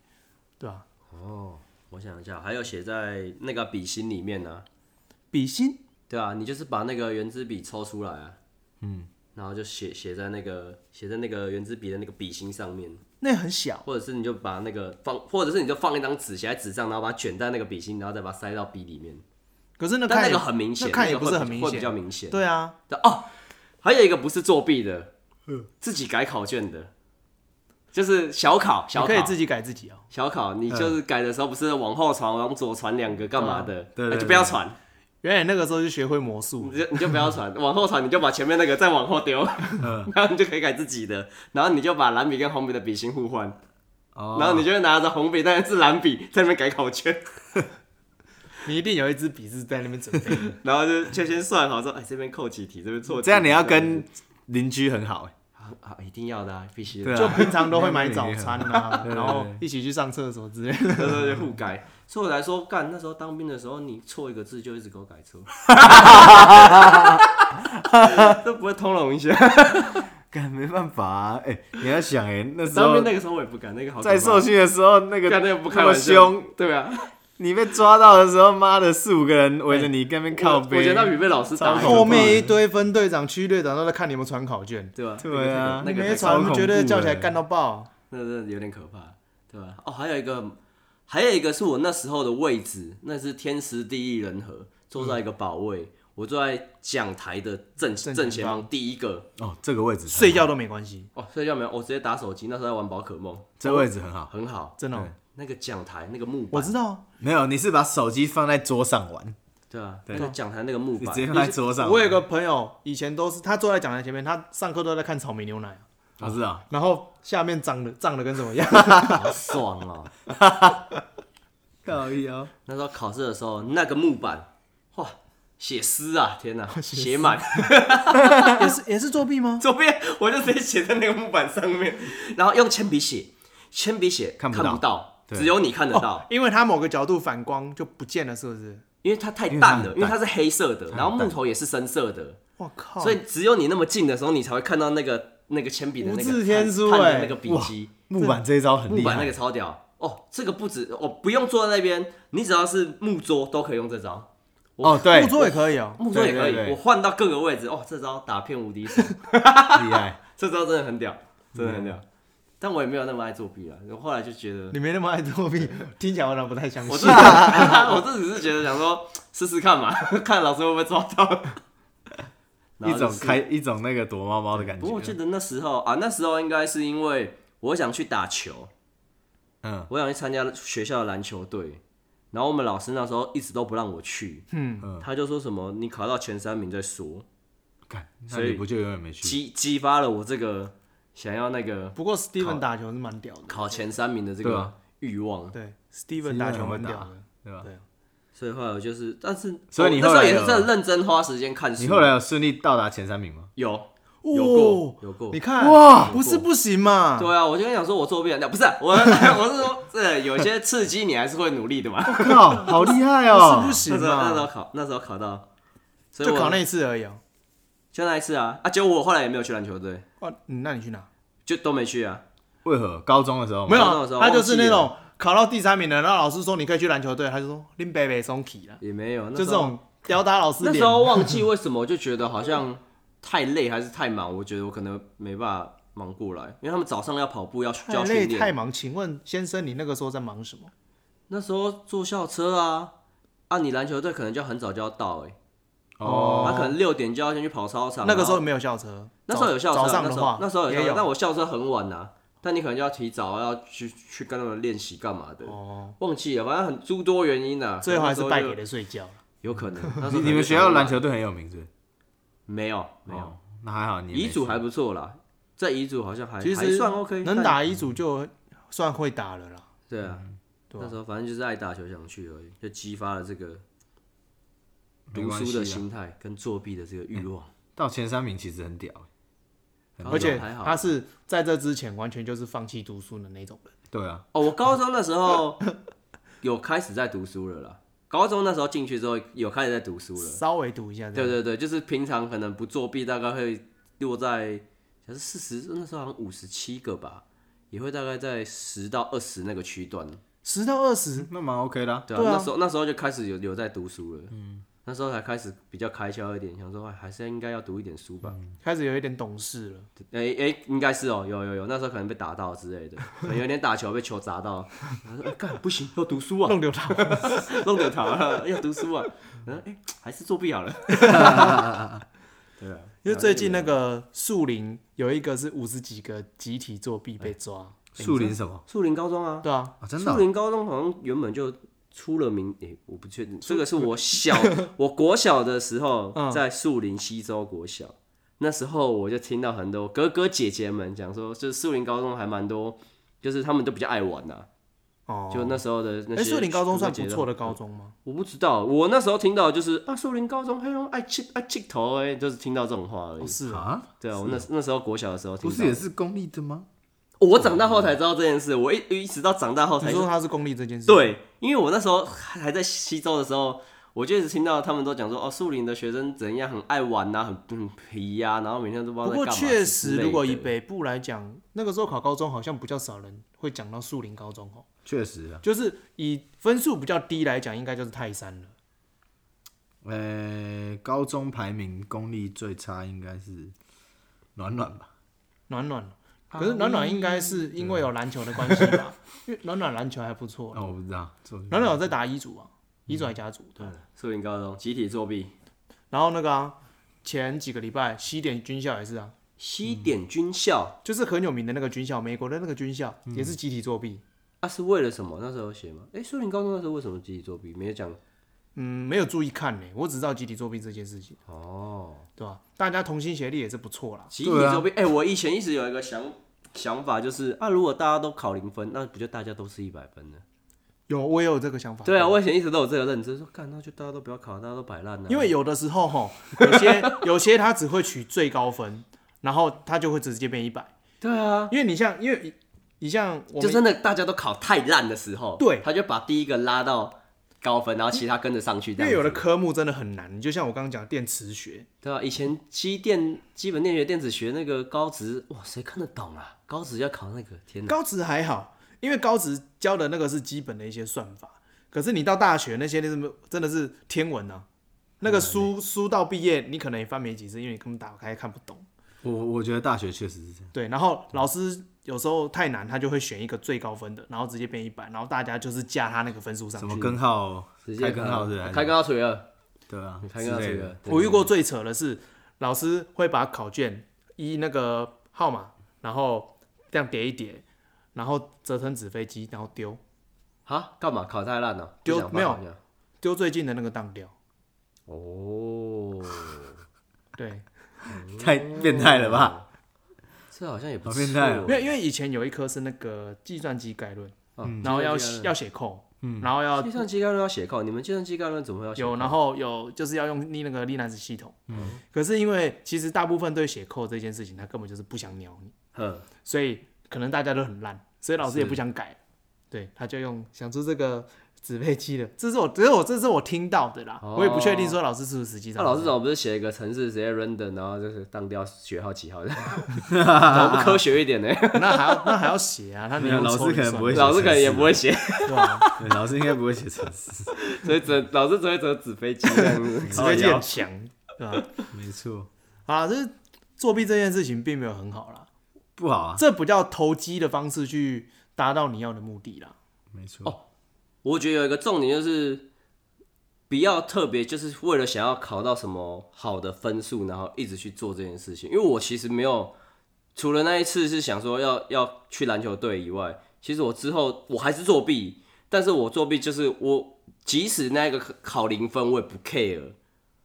[SPEAKER 4] 对吧？
[SPEAKER 3] 哦，我想一下，还有写在那个笔芯里面呢、啊
[SPEAKER 4] 比心
[SPEAKER 3] 对啊，你就是把那个圆珠笔抽出来啊，嗯，然后就写写在那个写在那个圆珠笔的那个笔芯上面，
[SPEAKER 4] 那很小，
[SPEAKER 3] 或者是你就把那个放，或者是你就放一张纸写在纸上，然后把它卷在那个笔芯，然后再把它塞到笔里面。
[SPEAKER 4] 可是那
[SPEAKER 3] 但
[SPEAKER 4] 看
[SPEAKER 3] 那
[SPEAKER 4] 也
[SPEAKER 3] 个很明显，
[SPEAKER 4] 那看也
[SPEAKER 3] 那个
[SPEAKER 4] 不
[SPEAKER 3] 会
[SPEAKER 4] 是很
[SPEAKER 3] 比
[SPEAKER 4] 明
[SPEAKER 3] 会
[SPEAKER 4] 显
[SPEAKER 3] 比较明显。
[SPEAKER 4] 对啊，
[SPEAKER 3] 对哦，还有一个不是作弊的，
[SPEAKER 4] 嗯
[SPEAKER 3] 自己改考卷的，就是小考
[SPEAKER 4] 你
[SPEAKER 3] 小考
[SPEAKER 4] 可以自己改自己哦。
[SPEAKER 3] 小考，你就是改的时候不是往后传，往左传两个干嘛的？
[SPEAKER 4] 嗯
[SPEAKER 2] 对
[SPEAKER 3] 哎
[SPEAKER 2] 对
[SPEAKER 3] 就
[SPEAKER 2] 对
[SPEAKER 3] 不要传，
[SPEAKER 4] 原来那个时候就学会魔
[SPEAKER 3] 你
[SPEAKER 4] 术，
[SPEAKER 3] 就你就不要传，往后传你就把前面那个再往后丢，
[SPEAKER 2] 嗯
[SPEAKER 3] 然后你就可以改自己的，然后你就把蓝笔跟红笔的笔芯互换，
[SPEAKER 2] 哦
[SPEAKER 3] 然后你就会拿着红笔但是蓝笔在那边改考卷，
[SPEAKER 4] 你一定有一支笔是在那边准 备的。
[SPEAKER 3] 然后就就先算好说，哎这边扣几题，这边错几题，
[SPEAKER 2] 这样你要跟邻居很 好，
[SPEAKER 3] 啊啊一定要的啊，必须的
[SPEAKER 2] 对，啊
[SPEAKER 4] 就平常都会买早餐啊，
[SPEAKER 2] 对
[SPEAKER 4] 然后一起去上厕所之类 的。
[SPEAKER 3] 对对对互改。所以我来说，干那时候当兵的时候，你错一个字就一直给我改错， 都不会通 融一下。
[SPEAKER 2] 干没办法啊，哎，你要想哎，那时
[SPEAKER 3] 当
[SPEAKER 2] 候
[SPEAKER 3] 兵那个时候我也不敢，那个好可怕
[SPEAKER 2] 在受训的时候，那个
[SPEAKER 3] 干那个不开
[SPEAKER 2] 那么
[SPEAKER 3] 玩笑
[SPEAKER 2] 凶，，
[SPEAKER 3] 对啊，
[SPEAKER 2] 你被抓到的时候，妈的四五个人围着你跟那边靠
[SPEAKER 4] 哎
[SPEAKER 3] 我
[SPEAKER 2] 背，
[SPEAKER 3] 觉得那比被老师打
[SPEAKER 2] 超
[SPEAKER 3] 还可怕
[SPEAKER 2] 后
[SPEAKER 4] 后面一堆分队长、区队长都在看你有没有传考卷，
[SPEAKER 3] 对吧？
[SPEAKER 2] 对啊
[SPEAKER 3] 那
[SPEAKER 4] 你
[SPEAKER 3] 个
[SPEAKER 4] 没
[SPEAKER 3] 太
[SPEAKER 2] 超
[SPEAKER 4] 传，
[SPEAKER 2] 恐怖
[SPEAKER 4] 绝对叫起来干到爆。
[SPEAKER 3] 那真的有点可怕，对吧？哦，还有一个，还有一个是我那时候的位置，那是天时地利人和，坐在一个保卫，我坐在讲台的正
[SPEAKER 4] 正
[SPEAKER 3] 正前方第一个。
[SPEAKER 2] 哦，这个位置
[SPEAKER 4] 睡觉都没关系，
[SPEAKER 3] 哦，睡觉没有？我直接打手机，那时候在玩宝可梦，
[SPEAKER 2] 这位置很好，
[SPEAKER 3] 很好。
[SPEAKER 4] 真的哦。
[SPEAKER 3] 那个讲台那个木
[SPEAKER 4] 我
[SPEAKER 3] 板，
[SPEAKER 4] 知道啊，
[SPEAKER 2] 没有，你是把手机放在桌上玩，
[SPEAKER 3] 对啊，那个讲台那个木
[SPEAKER 2] 你
[SPEAKER 3] 板
[SPEAKER 2] 直接，放在桌上玩。
[SPEAKER 4] 我有个朋友以前都是他坐在讲台前面，他上课都在看草莓牛奶啊，
[SPEAKER 2] 我知道，
[SPEAKER 4] 然后下面胀的胀的跟什么一样。
[SPEAKER 3] 好爽哦！
[SPEAKER 2] 高一哦，
[SPEAKER 3] 那时候考试的时候，那个木板，哇，写诗啊，天哪，写满。
[SPEAKER 4] 也是也是作弊吗？
[SPEAKER 3] 左边我就直接写在那个木板上面， 然后用铅笔写，铅笔写
[SPEAKER 2] 看
[SPEAKER 3] 不哦
[SPEAKER 2] 不到对
[SPEAKER 3] 只有你看得到，
[SPEAKER 4] 哦因为他某个角度反光就不见了，是不是？
[SPEAKER 3] 因为它太
[SPEAKER 2] 为
[SPEAKER 3] 淡
[SPEAKER 2] 它
[SPEAKER 3] 了，
[SPEAKER 2] 很
[SPEAKER 3] 因为它是黑色的，然后木
[SPEAKER 2] 淡
[SPEAKER 3] 头也是深色的，
[SPEAKER 4] 我靠！
[SPEAKER 3] 所以只有你那么近的时候，你才会看到那个那个铅笔的那个
[SPEAKER 4] 无字
[SPEAKER 3] 碳
[SPEAKER 4] 天书
[SPEAKER 3] 碳的
[SPEAKER 4] 欸
[SPEAKER 3] 那个笔
[SPEAKER 2] 哇
[SPEAKER 3] 迹，
[SPEAKER 2] 木板这一招很
[SPEAKER 3] 木
[SPEAKER 2] 厉
[SPEAKER 3] 板那
[SPEAKER 2] 害
[SPEAKER 3] 个，超屌哦，这个不止哦，不用坐在那边，你只要是木桌都可以用这招。我
[SPEAKER 2] 哦，对
[SPEAKER 4] 木，桌也可以哦、
[SPEAKER 3] 木桌也可
[SPEAKER 2] 对对
[SPEAKER 3] 以，
[SPEAKER 2] 对
[SPEAKER 3] 我换到各个位置，哦，这招打遍无敌手，
[SPEAKER 2] 厉害，
[SPEAKER 3] 这招真的很屌，真的很屌。但我也没有那么爱作弊啊，后来就觉得，
[SPEAKER 4] 你没那么爱作弊，听起来好像不太相
[SPEAKER 3] 我这
[SPEAKER 4] 信。
[SPEAKER 2] 啊
[SPEAKER 3] 我这只是觉得想说试试看嘛，看老师会不会抓到。然
[SPEAKER 2] 一
[SPEAKER 3] 后就
[SPEAKER 2] 种
[SPEAKER 3] 试
[SPEAKER 2] 开一种那个躲猫猫的感
[SPEAKER 3] 不过我记
[SPEAKER 2] 觉。
[SPEAKER 3] 得那时候啊，那时候应该是因为我想去打球，
[SPEAKER 2] 嗯，
[SPEAKER 3] 我想去参加学校的篮球队，然后我们老师那时候一直都不让我去，
[SPEAKER 4] 嗯，
[SPEAKER 3] 他就说什么你考到前三名再说，
[SPEAKER 2] 看，那
[SPEAKER 3] 所以
[SPEAKER 2] 你不就永远没去？
[SPEAKER 3] 激激发了我这个想要那个
[SPEAKER 4] 不过 Steven 打球是蛮屌的，
[SPEAKER 3] 考前三名的这
[SPEAKER 2] 对
[SPEAKER 3] 个
[SPEAKER 2] 啊
[SPEAKER 3] 欲望，
[SPEAKER 4] 对
[SPEAKER 2] Steven
[SPEAKER 4] ，Steven 打球
[SPEAKER 2] 很会
[SPEAKER 4] 蛮
[SPEAKER 2] 打
[SPEAKER 4] 屌的，
[SPEAKER 2] 对吧？
[SPEAKER 3] 所以后来我就是，但是
[SPEAKER 2] 所以
[SPEAKER 3] 我
[SPEAKER 2] 你
[SPEAKER 3] 那
[SPEAKER 2] 后
[SPEAKER 3] 时候
[SPEAKER 2] 来
[SPEAKER 3] 也
[SPEAKER 2] 有
[SPEAKER 3] 是真的认真花时间看书，
[SPEAKER 2] 你后来有顺利到达前三名 吗？
[SPEAKER 3] 有有
[SPEAKER 4] 哦
[SPEAKER 3] 过有过
[SPEAKER 4] 你，看
[SPEAKER 2] 哇
[SPEAKER 4] 不是不行嘛，
[SPEAKER 3] 对啊，我就跟你讲说我作弊了，不是啊我 我是说这有些刺激你还是会努力的嘛。
[SPEAKER 2] 我靠，好厉害
[SPEAKER 4] 不
[SPEAKER 2] 哦
[SPEAKER 4] 是！不
[SPEAKER 3] 那
[SPEAKER 4] 行
[SPEAKER 3] 时候那时候
[SPEAKER 4] 嘛，
[SPEAKER 3] 考那时候考到，所以
[SPEAKER 4] 就
[SPEAKER 3] 我
[SPEAKER 4] 考那一次而已哦、
[SPEAKER 3] 就那一次啊啊！结果我后来也没有去篮球队，
[SPEAKER 4] 哇，嗯那你去哪？
[SPEAKER 3] 就都没去啊。
[SPEAKER 2] 为何高中的时候吗
[SPEAKER 4] 没有
[SPEAKER 3] 那时
[SPEAKER 4] 啊，
[SPEAKER 3] 候
[SPEAKER 4] 他就是
[SPEAKER 3] 忘记
[SPEAKER 4] 那
[SPEAKER 3] 了
[SPEAKER 4] 种考到第三名的，然后老师说你可以去篮球队，他就说林北北松起了，
[SPEAKER 3] 也没有，那
[SPEAKER 4] 就这
[SPEAKER 3] 时候
[SPEAKER 4] 种吊打老师
[SPEAKER 3] 那时
[SPEAKER 4] 脸。
[SPEAKER 3] 候忘记为什么，就觉得好像太累还是太忙，我觉得我可能没办法忙过来，因为他们早上要跑步要
[SPEAKER 4] 太
[SPEAKER 3] 要
[SPEAKER 4] 哎累
[SPEAKER 3] 训
[SPEAKER 4] 太
[SPEAKER 3] 练，
[SPEAKER 4] 忙，请问先生，你那个时候在忙什么？
[SPEAKER 3] 那时候坐校车啊。啊，你篮球队可能就很早就要到哎、
[SPEAKER 2] 哦，
[SPEAKER 3] 他可能六点就要先去跑操场。
[SPEAKER 4] 那个时候
[SPEAKER 3] 然后
[SPEAKER 4] 没有校车，
[SPEAKER 3] 那时候有校车啊，
[SPEAKER 4] 早上
[SPEAKER 3] 那
[SPEAKER 4] 的
[SPEAKER 3] 时候
[SPEAKER 4] 话，
[SPEAKER 3] 那时候有校
[SPEAKER 4] 也
[SPEAKER 3] 车，
[SPEAKER 4] 有
[SPEAKER 3] 但我校车很晚呐、啊但你可能就要提早要去去跟他们练习干嘛的，
[SPEAKER 4] 哦，
[SPEAKER 3] 忘记了，反正很诸多原因呐、啊。
[SPEAKER 4] 最后还是败
[SPEAKER 3] 那时候
[SPEAKER 4] 给
[SPEAKER 3] 就
[SPEAKER 4] 了睡觉。
[SPEAKER 3] 有可 能。那时
[SPEAKER 2] 你
[SPEAKER 3] 候
[SPEAKER 2] 你们学校篮球队很有名是不是？
[SPEAKER 3] 没有没有，
[SPEAKER 2] 哦，那还好，你也没
[SPEAKER 3] 乙组
[SPEAKER 2] 去
[SPEAKER 3] 还不错啦，在乙组好像还
[SPEAKER 4] 其
[SPEAKER 3] 还
[SPEAKER 4] 实
[SPEAKER 3] 算 OK，
[SPEAKER 4] 能
[SPEAKER 3] 但
[SPEAKER 4] 打一组就算会打了啦。
[SPEAKER 3] 对啊，
[SPEAKER 4] 对啊
[SPEAKER 3] 那时候反正就是爱打球想去而已，就激发了这个
[SPEAKER 2] 没
[SPEAKER 3] 读
[SPEAKER 2] 关
[SPEAKER 3] 书
[SPEAKER 2] 系
[SPEAKER 3] 的
[SPEAKER 2] 啊嗯
[SPEAKER 3] 心态跟作弊的这个欲望，
[SPEAKER 2] 到前三名其实很屌，欸
[SPEAKER 3] 然后
[SPEAKER 4] 而且
[SPEAKER 3] 哦还好
[SPEAKER 4] 他是在这之前完全就是放弃读书的那种人。
[SPEAKER 2] 对啊，
[SPEAKER 3] 哦，我高中那时候有开始在读书了啦，高中那时候进去之后有开始在读书了，
[SPEAKER 4] 稍微读一下，
[SPEAKER 3] 对，对对，就是平常可能不作弊，大概会落在像是四十，那时候好像五十七个吧，也会大概在十到二十那个区段。
[SPEAKER 4] 十到二十，
[SPEAKER 2] 那蛮 OK 的啊。
[SPEAKER 3] 对啊，
[SPEAKER 4] 对啊
[SPEAKER 3] 那时候那时候就开始有有在读书了，嗯，那时候才开始比较开窍一点，想说哎还是应该要读一点书吧，
[SPEAKER 4] 开始有一点懂事 了。
[SPEAKER 3] 哎哎、应该是哦、有有有，那时候可能被打到之类的，可能有点打球被球砸到， 然后说哎干、不行要读书啊，
[SPEAKER 4] 弄流浪，
[SPEAKER 3] 弄得他了要读书啊，然后哎、还是作弊好了， 对啊，
[SPEAKER 4] 因为最近那个树林有一个是五十几个集体作弊被抓，
[SPEAKER 3] 哎
[SPEAKER 2] 树林什么
[SPEAKER 3] 树林高中啊，
[SPEAKER 4] 对啊，
[SPEAKER 2] 啊？真的
[SPEAKER 3] 树
[SPEAKER 2] 哦
[SPEAKER 3] 林高中好像原本就出了名，诶、我不确定，这个是我小 我国小的时候
[SPEAKER 4] 嗯，
[SPEAKER 3] 在树林西周国小，那时候我就听到很多哥哥姐姐们讲说，就是树林高中还蛮多，就是他们都比较爱玩呐、
[SPEAKER 4] 哦，
[SPEAKER 3] 就那时候的那些。
[SPEAKER 4] 哎，树林高中算不错的，高中吗？
[SPEAKER 3] 我不知道，我那时候听到就是啊，树林高中还有爱气爱气头哎、就是听到这种话而已
[SPEAKER 4] 不。是啊，
[SPEAKER 2] 啊，
[SPEAKER 3] 对啊，我那那时候国小的时候听
[SPEAKER 2] 不
[SPEAKER 3] 到，
[SPEAKER 2] 是也是公立的吗？
[SPEAKER 3] 我长大后才知道这件事，我一一直到长大后才
[SPEAKER 4] 你说他是公立这件事，，
[SPEAKER 3] 对，因为我那时候还还在西周的时候，我就一直听到他们都讲说，哦，树林的学生怎样很爱玩呐、很很皮呀、然后每天都不知道
[SPEAKER 4] 不
[SPEAKER 3] 在
[SPEAKER 4] 过
[SPEAKER 3] 干嘛
[SPEAKER 4] 确
[SPEAKER 3] 之
[SPEAKER 4] 实，
[SPEAKER 3] 类
[SPEAKER 4] 如果以
[SPEAKER 3] 的
[SPEAKER 4] 北部来讲，那个时候考高中好像比较少人会讲到树林高中哦，
[SPEAKER 2] 确实啊，
[SPEAKER 4] 就是以分数比较低来讲，应该就是泰山了。
[SPEAKER 2] 呃，高中排名公立最差应该是暖暖吧？
[SPEAKER 4] 暖暖，可是暖暖应该是因为有篮球的关系 吧？因为暖暖篮球还不错，
[SPEAKER 3] 哦
[SPEAKER 4] 啊
[SPEAKER 2] 哦那我不知道，这我就
[SPEAKER 4] 暖暖有在打乙组啊，乙组还甲组对。
[SPEAKER 3] 树林高中集体作弊，
[SPEAKER 4] 然后那个啊，前几个礼拜西点军校也是啊，
[SPEAKER 3] 西点军校、
[SPEAKER 4] 就是很有名的那个军校，美国的那个军校也是集体作弊。
[SPEAKER 3] 啊是为了什么？那时候有写吗？哎、树林高中那时候为什么集体作弊？没有讲
[SPEAKER 4] 嗯，没有注意看呢、我只知道集体作弊这件事情，
[SPEAKER 3] 哦，
[SPEAKER 4] 对吧、大家同心协力也是不错啦。
[SPEAKER 3] 集体作弊。哎、我以前一直有一个想想法，就是啊，如果大家都考零分，那不就大家都是一百分呢？
[SPEAKER 4] 有，我也有这个想法。
[SPEAKER 3] 对啊，我以前一直都有这个认知，说干那就大家都不要考，大家都摆烂啊了。
[SPEAKER 4] 因为有的时候吼，有些 有些他只会取最高分，然后他就会直接变一百。
[SPEAKER 3] 对啊，
[SPEAKER 4] 因为你像，因为你你像我
[SPEAKER 3] 就
[SPEAKER 4] 们
[SPEAKER 3] 真的大家都考太烂的时候，
[SPEAKER 4] 对
[SPEAKER 3] 他就把第一个拉到高分，然后其他跟着上去这样
[SPEAKER 4] 因为
[SPEAKER 3] 子。
[SPEAKER 4] 有的科目真的很难，你就像我刚刚讲的电磁学，
[SPEAKER 3] 对啊，以前机电、基本电学、电子学那个高职，哇，谁看得懂啊？高职要考那个，天哪！
[SPEAKER 4] 高职还好，因为高职教的那个是基本的一些算法，可是你到大学那些那什么真的是天文啊，那个书书到毕业，你可能也翻没几次，因为你根本打开看不懂。
[SPEAKER 2] 我我觉得大学确实是这样，
[SPEAKER 4] 对，然后老师有时候太难，他就会选一个最高分的，然后直接变一百，然后大家就是加他那个分数上
[SPEAKER 2] 什
[SPEAKER 4] 去。
[SPEAKER 2] 么根号
[SPEAKER 3] 直接
[SPEAKER 2] 开根号是不是？
[SPEAKER 3] 呃开根号除以二，
[SPEAKER 2] 对啊，
[SPEAKER 3] 开根号除
[SPEAKER 2] 之
[SPEAKER 3] 以
[SPEAKER 2] 类的
[SPEAKER 3] 二。
[SPEAKER 4] 我遇过最扯的是，老师会把考卷依那个号码，然后这样叠一叠，然后折成纸飞机，然后丢
[SPEAKER 3] 哈，干嘛考太烂了？
[SPEAKER 4] 丢
[SPEAKER 3] 不想放
[SPEAKER 4] 没有
[SPEAKER 3] 好像
[SPEAKER 4] 丢最近的那个当掉。
[SPEAKER 3] 哦，
[SPEAKER 4] 对，
[SPEAKER 2] 太变态了吧？
[SPEAKER 3] 这好像也不
[SPEAKER 2] 好变态哦
[SPEAKER 4] 因为因为以前有一科是那个计算机概论，
[SPEAKER 3] 嗯
[SPEAKER 4] 然后要要写扣，然后
[SPEAKER 3] 要
[SPEAKER 4] 要
[SPEAKER 3] 计算机概论要写扣，你们计算机概论怎么会要写
[SPEAKER 4] 有，然后有就是要用那个利纳斯系统。可是因为其实大部分对写扣这件事情，他根本就是不想鸟你，
[SPEAKER 3] 哼，
[SPEAKER 4] 所以可能大家都很烂，所以老师也不想改，对，他就用想出这个纸飞机的，这是我，只是我这是我听到的啦，
[SPEAKER 3] 哦
[SPEAKER 4] 我也不确定说老师是不是实际
[SPEAKER 3] 那
[SPEAKER 4] 上。
[SPEAKER 3] 老师怎么不是写一个城市直接 random，然后就是当掉学号几号的？怎么不科学一点呢？
[SPEAKER 4] 那还要那 还要写啊，他
[SPEAKER 2] 没有
[SPEAKER 4] 用
[SPEAKER 2] 老
[SPEAKER 4] 抽
[SPEAKER 2] 师
[SPEAKER 4] 也
[SPEAKER 2] 可能
[SPEAKER 4] 算
[SPEAKER 2] 不会
[SPEAKER 3] 老师可能也不会写，
[SPEAKER 4] 对 啊，
[SPEAKER 3] 哦
[SPEAKER 2] 对老师应该不会写程 式，
[SPEAKER 3] 所以只老师只会折纸飞机这样子。
[SPEAKER 4] 纸飞机很强，对吧？
[SPEAKER 2] 没错，
[SPEAKER 4] 啊，就是作弊这件事情并没有很好啦，
[SPEAKER 2] 不好啊，
[SPEAKER 4] 这不叫投机的方式去达到你要的目的啦。
[SPEAKER 2] 没错，
[SPEAKER 3] 哦我觉得有一个重点就是，不要特别就是为了想要考到什么好的分数，然后一直去做这件事情。因为我其实没有，除了那一次是想说要要去篮球队以外，其实我之后我还是作弊，但是我作弊就是我即使那个考零分，我也不 care，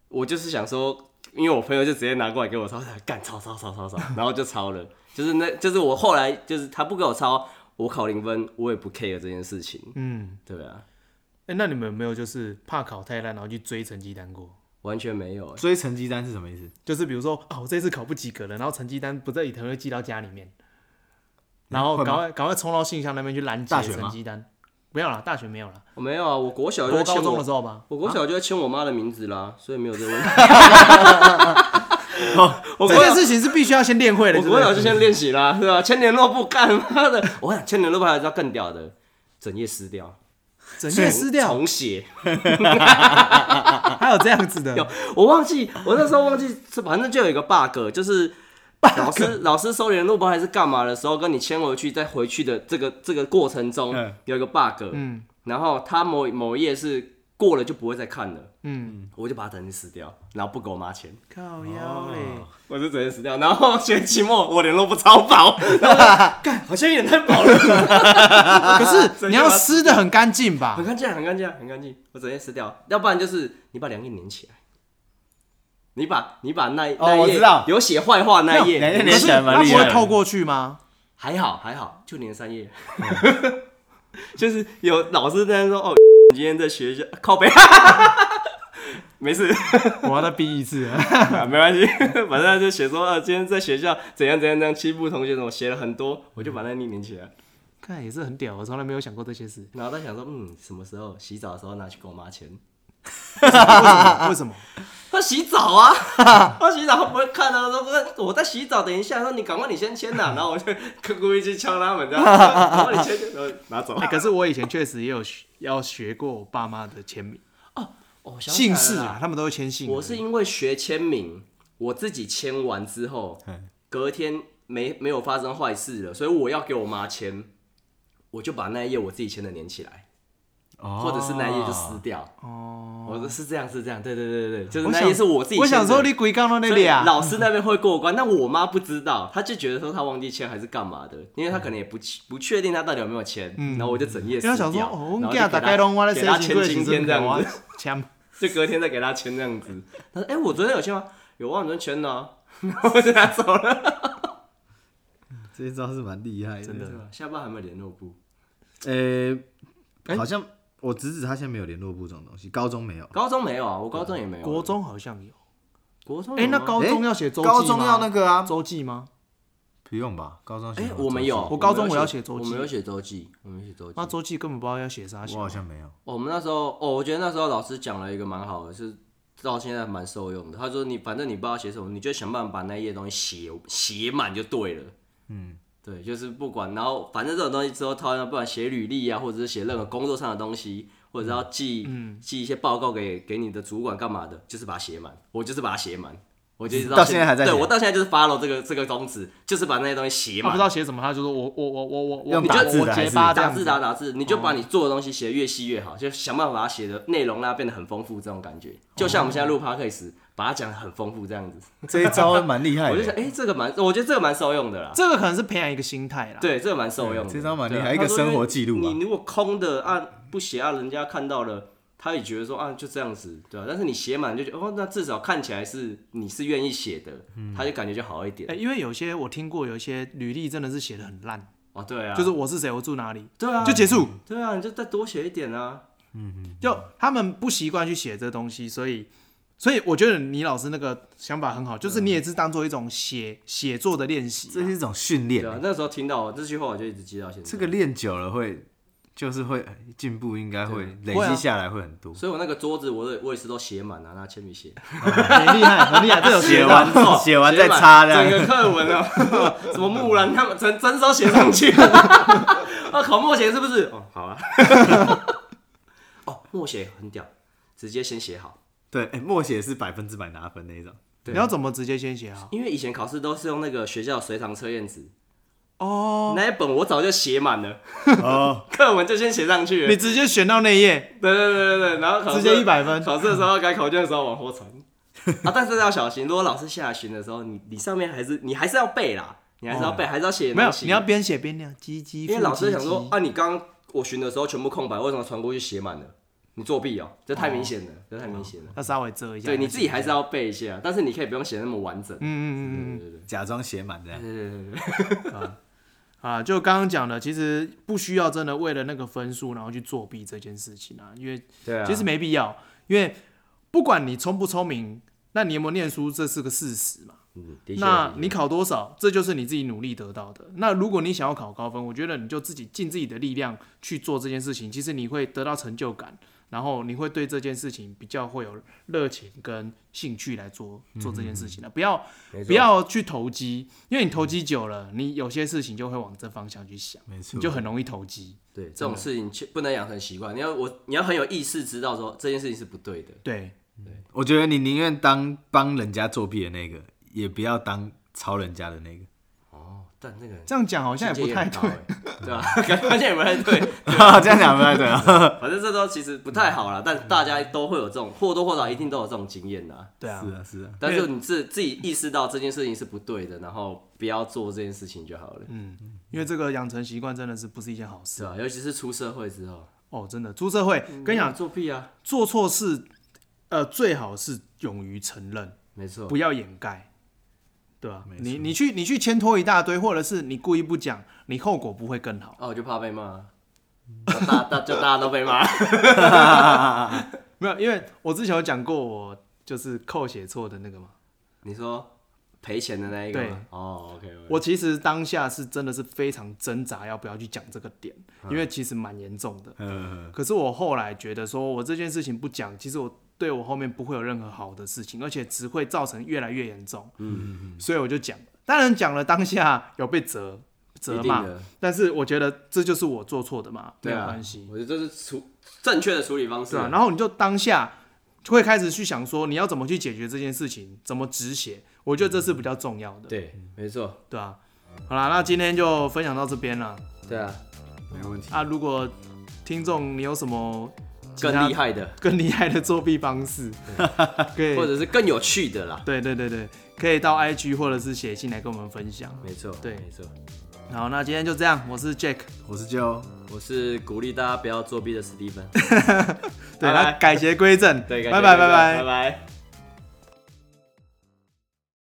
[SPEAKER 3] 我就是想说。因为我朋友就直接拿过来给我抄，干抄抄抄抄抄，然后就抄了。就是那，就是我后来就是他不给我抄，我考零分，我也不 care 这件事情。
[SPEAKER 4] 嗯，
[SPEAKER 3] 对啊，
[SPEAKER 4] 哎、那你们有没有就是怕考太烂，然后去追成绩单过？
[SPEAKER 3] 完全没有欸、
[SPEAKER 2] 追成绩单是什么意思？
[SPEAKER 4] 就是比如说啊，我这次考不及格了，然后成绩单不在里头，会寄到家里面，然后
[SPEAKER 2] 会吗
[SPEAKER 4] 赶快赶快冲到信箱那边去拦截
[SPEAKER 2] 大学吗
[SPEAKER 4] 成绩单。没有啦，大学没有啦，
[SPEAKER 3] 我没有啊，我国小就
[SPEAKER 4] 国
[SPEAKER 3] 会
[SPEAKER 4] 高
[SPEAKER 3] 签
[SPEAKER 4] 中的
[SPEAKER 3] 我，
[SPEAKER 4] 时候啊吧。
[SPEAKER 3] 我国小就会签我妈的名字啦，所以没有这个问 题。我
[SPEAKER 4] 这件事情是必须要先练会的，
[SPEAKER 3] 我
[SPEAKER 4] 是啊不
[SPEAKER 3] 国
[SPEAKER 4] 是
[SPEAKER 3] 小就先练习 啦，是吧？千年落布干妈的，我想千年落布还是要更屌的，整页撕掉，
[SPEAKER 4] 整页撕掉，
[SPEAKER 3] 重写。
[SPEAKER 4] 还有这样子的，
[SPEAKER 3] 我忘记，我那时候忘记，反正就有一个 bug，就是。老师老师收联络簿还是干嘛的时候，跟你签回去，再回去的这个这个过程中
[SPEAKER 2] 嗯
[SPEAKER 3] 有一个 bug，、
[SPEAKER 4] 嗯
[SPEAKER 3] 然后他某某一页是过了就不会再看了，
[SPEAKER 4] 嗯，
[SPEAKER 3] 我就把它整页撕掉，然后不给我妈签。哦
[SPEAKER 4] 靠腰嘞，
[SPEAKER 3] 我就直接死掉。然后学期末我联络不超 薄，然后干好像有点太薄了，
[SPEAKER 4] 可是你要撕的很干净吧
[SPEAKER 3] 很？干净，啊很干净，很干净。我直接撕掉，要不然就是你把两页粘起来，你把你把那那
[SPEAKER 2] 哦我
[SPEAKER 3] 一页
[SPEAKER 2] 知道
[SPEAKER 3] 有写坏话那一 页
[SPEAKER 2] 两页
[SPEAKER 4] 可
[SPEAKER 2] 粘
[SPEAKER 4] 是
[SPEAKER 2] 起来蛮
[SPEAKER 4] 那
[SPEAKER 2] 厉
[SPEAKER 4] 不
[SPEAKER 2] 害
[SPEAKER 4] 会
[SPEAKER 2] 的
[SPEAKER 4] 透过去吗？
[SPEAKER 3] 还好还好，就连三页， 就是有老师在那说哦，你今天在学校靠背。 没事，
[SPEAKER 4] 我要再逼一次了。啊
[SPEAKER 3] 没关系， 反正就写说，啊，今天在学校怎样怎样怎样欺负同学，我写了很多，我就把那页粘起来。
[SPEAKER 4] 看也是很屌，我从来没有想过这些事。
[SPEAKER 3] 然后在想说，嗯，什么时候洗澡的时候拿去给我妈钱？
[SPEAKER 4] 为什么？
[SPEAKER 3] 他洗澡啊， 他洗澡他不会看啊，说我在洗澡，等一下，说你赶快你先签呐、 然后我就故意去敲他们，这 样，赶快你签，然后拿走。
[SPEAKER 4] 哎、可是我以前确实也有学要学过我爸妈的签名、
[SPEAKER 3] 哦，想起来
[SPEAKER 4] 姓
[SPEAKER 3] 了
[SPEAKER 4] 氏啊
[SPEAKER 3] 啦，，
[SPEAKER 4] 他们都会签姓。
[SPEAKER 3] 我是因为学签名，我自己签完之后，隔天没没有发生坏事了，所以我要给我妈签，我就把那一页我自己签的粘起来，
[SPEAKER 2] 或
[SPEAKER 3] 或者是那一页就撕掉。
[SPEAKER 4] 哦，
[SPEAKER 3] 我说是这样，是这样，对对对对对，就是
[SPEAKER 4] 我
[SPEAKER 3] 那
[SPEAKER 4] 想
[SPEAKER 3] 一页是我自己
[SPEAKER 4] 我
[SPEAKER 3] 签的。
[SPEAKER 4] 想说你鬼刚到那
[SPEAKER 3] 所以
[SPEAKER 4] 里啊，
[SPEAKER 3] 老师那边会过关，但 我妈不知道，她就觉得说她忘记签还是干嘛的，因为她可能也不不确定她到底有没有签。然后我就整夜撕
[SPEAKER 4] 嗯因为
[SPEAKER 3] 掉，
[SPEAKER 4] 我想说，哦，
[SPEAKER 3] 然
[SPEAKER 4] 我
[SPEAKER 3] 后就
[SPEAKER 4] 家
[SPEAKER 3] 给她
[SPEAKER 4] 大概拢我在
[SPEAKER 3] 给她
[SPEAKER 4] 申请过
[SPEAKER 3] 签今天这样子，
[SPEAKER 4] 子。 签，
[SPEAKER 3] 就隔天再给她签这样子。她说：“哎，我昨天有签吗？有啊，我昨天签 了。”啊然
[SPEAKER 4] 啊
[SPEAKER 3] 后我就拿走了。
[SPEAKER 2] 这一招是蛮厉害的，
[SPEAKER 3] 真的，下班还没有联络部，
[SPEAKER 2] 呃，
[SPEAKER 3] 哎
[SPEAKER 2] 好像我侄子他现在没有联络部这种东西，高中没有，
[SPEAKER 3] 高中没有啊，我高中也没有。
[SPEAKER 4] 国中好像有。
[SPEAKER 3] 国中
[SPEAKER 4] 哎、
[SPEAKER 3] 有吗
[SPEAKER 4] 那高中要写周记吗
[SPEAKER 2] 高中要那个啊，
[SPEAKER 4] 周记吗？
[SPEAKER 2] 不用吧？高中
[SPEAKER 3] 哎
[SPEAKER 2] 写，
[SPEAKER 3] 我没有，
[SPEAKER 4] 我高中
[SPEAKER 3] 没
[SPEAKER 4] 我
[SPEAKER 3] 有
[SPEAKER 4] 要写周记
[SPEAKER 3] 我没有写周记，我没有写周记
[SPEAKER 4] 那。周记根本不知道要写啥写
[SPEAKER 2] 我。好像没有，
[SPEAKER 3] 我们那时候，哦，我觉得那时候老师讲了一个蛮好的，是到现在蛮受用的。他说你反正你不知道写什么，你就想办法把那一页东西写写满就对了。
[SPEAKER 2] 嗯，
[SPEAKER 3] 对，就是不管，然后反正这种东西之后套用，不管写履历啊，或者是写任何工作上的东西，或者是要寄、
[SPEAKER 2] 嗯
[SPEAKER 3] 寄一些报告给给你的主管干嘛的，就是把它写满。我就是把它写满，我就一直
[SPEAKER 2] 到现在还在
[SPEAKER 3] 对
[SPEAKER 2] 写哦
[SPEAKER 3] 我到现在就是 follow 这个这个宗旨，就是把那些东西写
[SPEAKER 4] 他不
[SPEAKER 3] 满
[SPEAKER 4] 知。道写什么，他就说我我我我我我
[SPEAKER 2] 用
[SPEAKER 4] 我
[SPEAKER 2] 打字的
[SPEAKER 4] 我
[SPEAKER 2] 还
[SPEAKER 4] 结
[SPEAKER 2] 是
[SPEAKER 4] 巴这
[SPEAKER 3] 打
[SPEAKER 4] 样
[SPEAKER 3] 字啊
[SPEAKER 4] 子
[SPEAKER 3] 打打字，你就
[SPEAKER 2] 哦
[SPEAKER 3] 把你做的东西写越细越好，就想办法把它写的内容啦变得很丰富，这种感觉。就像我们现在
[SPEAKER 2] 哦
[SPEAKER 3] 录 podcast，把它讲的很丰富这样子，
[SPEAKER 2] 这一招蛮厉害
[SPEAKER 3] 我就想，
[SPEAKER 2] 的，
[SPEAKER 3] 哎，这个蛮，我觉得这个蛮受 用的啦。
[SPEAKER 4] 这个可能是培养一个心态啦。，
[SPEAKER 3] 对，这个蛮受用的，
[SPEAKER 2] 这招蛮厉
[SPEAKER 3] 对啊
[SPEAKER 2] 害一个
[SPEAKER 3] 他说因为
[SPEAKER 2] 生活记录啊
[SPEAKER 3] 你如果空的啊，不写啊，人家看到了，他也觉得说啊，就这样子，对吧、但是你写满就觉得哦，那至少看起来是你是愿意写的，
[SPEAKER 2] 嗯
[SPEAKER 3] 他就感觉就好一点。
[SPEAKER 2] 哎
[SPEAKER 4] 因为有些我听过，有一些履历真的是写的很烂，
[SPEAKER 3] 哦，对啊，
[SPEAKER 4] 就是我是谁，我住哪里，
[SPEAKER 3] 对啊，
[SPEAKER 4] 就结束。
[SPEAKER 3] 对啊，你就再多写一点啊。
[SPEAKER 4] 就他们不习惯去写这东西，所以，所以我觉得你老师那个想法很好，就是你也是当做一种写写作的练习啊。
[SPEAKER 2] 这是一种训
[SPEAKER 3] 对
[SPEAKER 2] 练，
[SPEAKER 3] 啊，那时候听到这句话，我就一直记到现在。
[SPEAKER 2] 这个，练久了会就是会进步，应该会累
[SPEAKER 4] 会啊
[SPEAKER 2] 积下来会很多。
[SPEAKER 3] 所以我那个桌子，我也我也是都写满了，拿铅笔写，
[SPEAKER 4] 很厉害，很厉害，这有
[SPEAKER 2] 写
[SPEAKER 4] 学
[SPEAKER 2] 完
[SPEAKER 4] 完。
[SPEAKER 2] 写完
[SPEAKER 3] 哦写
[SPEAKER 2] 再
[SPEAKER 3] 满
[SPEAKER 2] 擦这
[SPEAKER 3] 整
[SPEAKER 2] 样，
[SPEAKER 3] 个课文啊，什么木兰他们整整首写上去。 啊，考默写是不是？哦，好啊。 哦，默写很屌，直接先写好。
[SPEAKER 2] 对，哎默写是百分之百拿分那一种，
[SPEAKER 4] 你要怎么直接先写好？
[SPEAKER 3] 因为以前考试都是用那个学校随堂测验纸，
[SPEAKER 4] 哦，
[SPEAKER 3] 那一本我早就写满了，
[SPEAKER 2] 哦
[SPEAKER 3] 课文就先写上去了
[SPEAKER 4] 你。直接选到那一页，
[SPEAKER 3] 对对对对对，然后考试
[SPEAKER 4] 直接一百分。
[SPEAKER 3] 考试的时候改考卷的时候往后传 啊，但是要小心，如果老师下来巡的时候，你你上面还是你还是要背啦，你还是要背，还是要写
[SPEAKER 4] 哦没有
[SPEAKER 3] 东，西
[SPEAKER 4] 你要边写边亮，唧唧。
[SPEAKER 3] 因为老师想说
[SPEAKER 4] 复唧唧，
[SPEAKER 3] 啊，你刚刚我巡的时候全部空白，为什么传过去写满了？你作弊哦、这太明显了，这太明显了。
[SPEAKER 4] 要稍微遮一下。
[SPEAKER 3] 对，你自己还是要背一下，但是你可以不用写那么完整。
[SPEAKER 4] 嗯，嗯嗯嗯
[SPEAKER 3] 对对
[SPEAKER 2] 假装写满这样。
[SPEAKER 3] 对对对对
[SPEAKER 4] 啊，就刚刚讲的，其实不需要真的为了那个分数，然后去作弊这件事情啊，因为
[SPEAKER 3] 对啊！
[SPEAKER 4] 其实没必要，因为不管你聪不聪明，那你有没有念书，这是个事实啊嘛。
[SPEAKER 3] 嗯，的确
[SPEAKER 4] 那
[SPEAKER 3] 的确
[SPEAKER 4] 你考多少，这就是你自己努力得到的。那如果你想要考高分，我觉得你就自己尽自己的力量去做这件事情，其实你会得到成就感，然后你会对这件事情比较会有热情跟兴趣来做做这件事情了。不要
[SPEAKER 3] 嗯没错
[SPEAKER 4] 不要去投机，因为你投机久了，你有些事情就会往这方向去想，
[SPEAKER 2] 没错
[SPEAKER 4] 你就很容易投机。
[SPEAKER 3] 对这种事情切不能养成习惯，你要我你要很有意识知道说这件事情是不对的。
[SPEAKER 4] 对，
[SPEAKER 2] 我觉得你宁愿当帮人家作弊的那个，也不要当抄人家的那个。
[SPEAKER 3] 哦，但那个人
[SPEAKER 4] 这样讲好像也
[SPEAKER 3] 境
[SPEAKER 4] 不
[SPEAKER 3] 界
[SPEAKER 4] 太
[SPEAKER 3] 很高
[SPEAKER 4] 对。
[SPEAKER 3] 欸，对吧？感觉好像也不太对，
[SPEAKER 2] 这样讲不太对啊。
[SPEAKER 3] 反正这都其实不太好啦，但大家都会有这种或多或少一定都有这种经验的。
[SPEAKER 4] 对 啊
[SPEAKER 2] 是，啊，是啊。
[SPEAKER 3] 但是你自自己意识到这件事情是不对的，然后不要做这件事情就好了，
[SPEAKER 4] 嗯因为这个养成习惯真的是不是一件好事
[SPEAKER 3] 是吧？啊尤其是出社会之后，
[SPEAKER 4] 哦，真的出社会，跟你讲，
[SPEAKER 3] 作弊啊，
[SPEAKER 4] 做错事，呃，最好是勇于承认，
[SPEAKER 3] 没错，
[SPEAKER 4] 不要掩盖，对啊吧、
[SPEAKER 2] 没错
[SPEAKER 4] 你你去你去牵拖一大堆，或者是你故意不讲，你后果不会更好。
[SPEAKER 3] 哦，我就怕被骂，大大就大家都被骂，
[SPEAKER 4] 没有，因为我之前有讲过，我就是扣写错的那个嘛。
[SPEAKER 3] 你说赔钱的那一个
[SPEAKER 4] 对
[SPEAKER 3] 吗？哦，OK，
[SPEAKER 4] 我其实当下是真的是非常挣扎，要不要去讲这个点，因为其实蛮严重的。
[SPEAKER 2] 呃，
[SPEAKER 4] 可是我后来觉得，说我这件事情不讲，其实我对我后面不会有任何好的事情，而且只会造成越来越严重。嗯，所以我就讲了，当然讲了，当下有被责责
[SPEAKER 3] 一定
[SPEAKER 4] 骂
[SPEAKER 3] 的，
[SPEAKER 4] 但是我觉得这就是我做错的嘛，没
[SPEAKER 3] 对
[SPEAKER 4] 有
[SPEAKER 3] 啊
[SPEAKER 4] 关系，
[SPEAKER 3] 我觉得这是处正确的处理方式
[SPEAKER 4] 对啊。然后你就当下会开始去想说，你要怎么去解决这件事情，怎么止血，我觉得这是比较重要的，
[SPEAKER 3] 对，没错，
[SPEAKER 4] 对啊。好啦，那今天就分享到这边了
[SPEAKER 3] 对啊，
[SPEAKER 2] 没问题。
[SPEAKER 4] 啊。如果听众你有什么其
[SPEAKER 3] 更
[SPEAKER 4] 他
[SPEAKER 3] 厉害的，
[SPEAKER 4] 更厉害的作弊方 式，可以
[SPEAKER 3] 或者是更有趣的啦，
[SPEAKER 4] 对对对对，可以到 IG 或者是写信来跟我们分享。
[SPEAKER 3] 没错，
[SPEAKER 4] 对
[SPEAKER 3] 没错。
[SPEAKER 4] 好，那今天就这样，我是 Jack，
[SPEAKER 2] 我是 Joe，
[SPEAKER 3] 我是鼓励大家不要作弊的史蒂芬。
[SPEAKER 4] 对，
[SPEAKER 3] 拜拜
[SPEAKER 4] 来改邪归正，
[SPEAKER 3] 对，
[SPEAKER 4] 拜拜拜
[SPEAKER 3] 拜拜。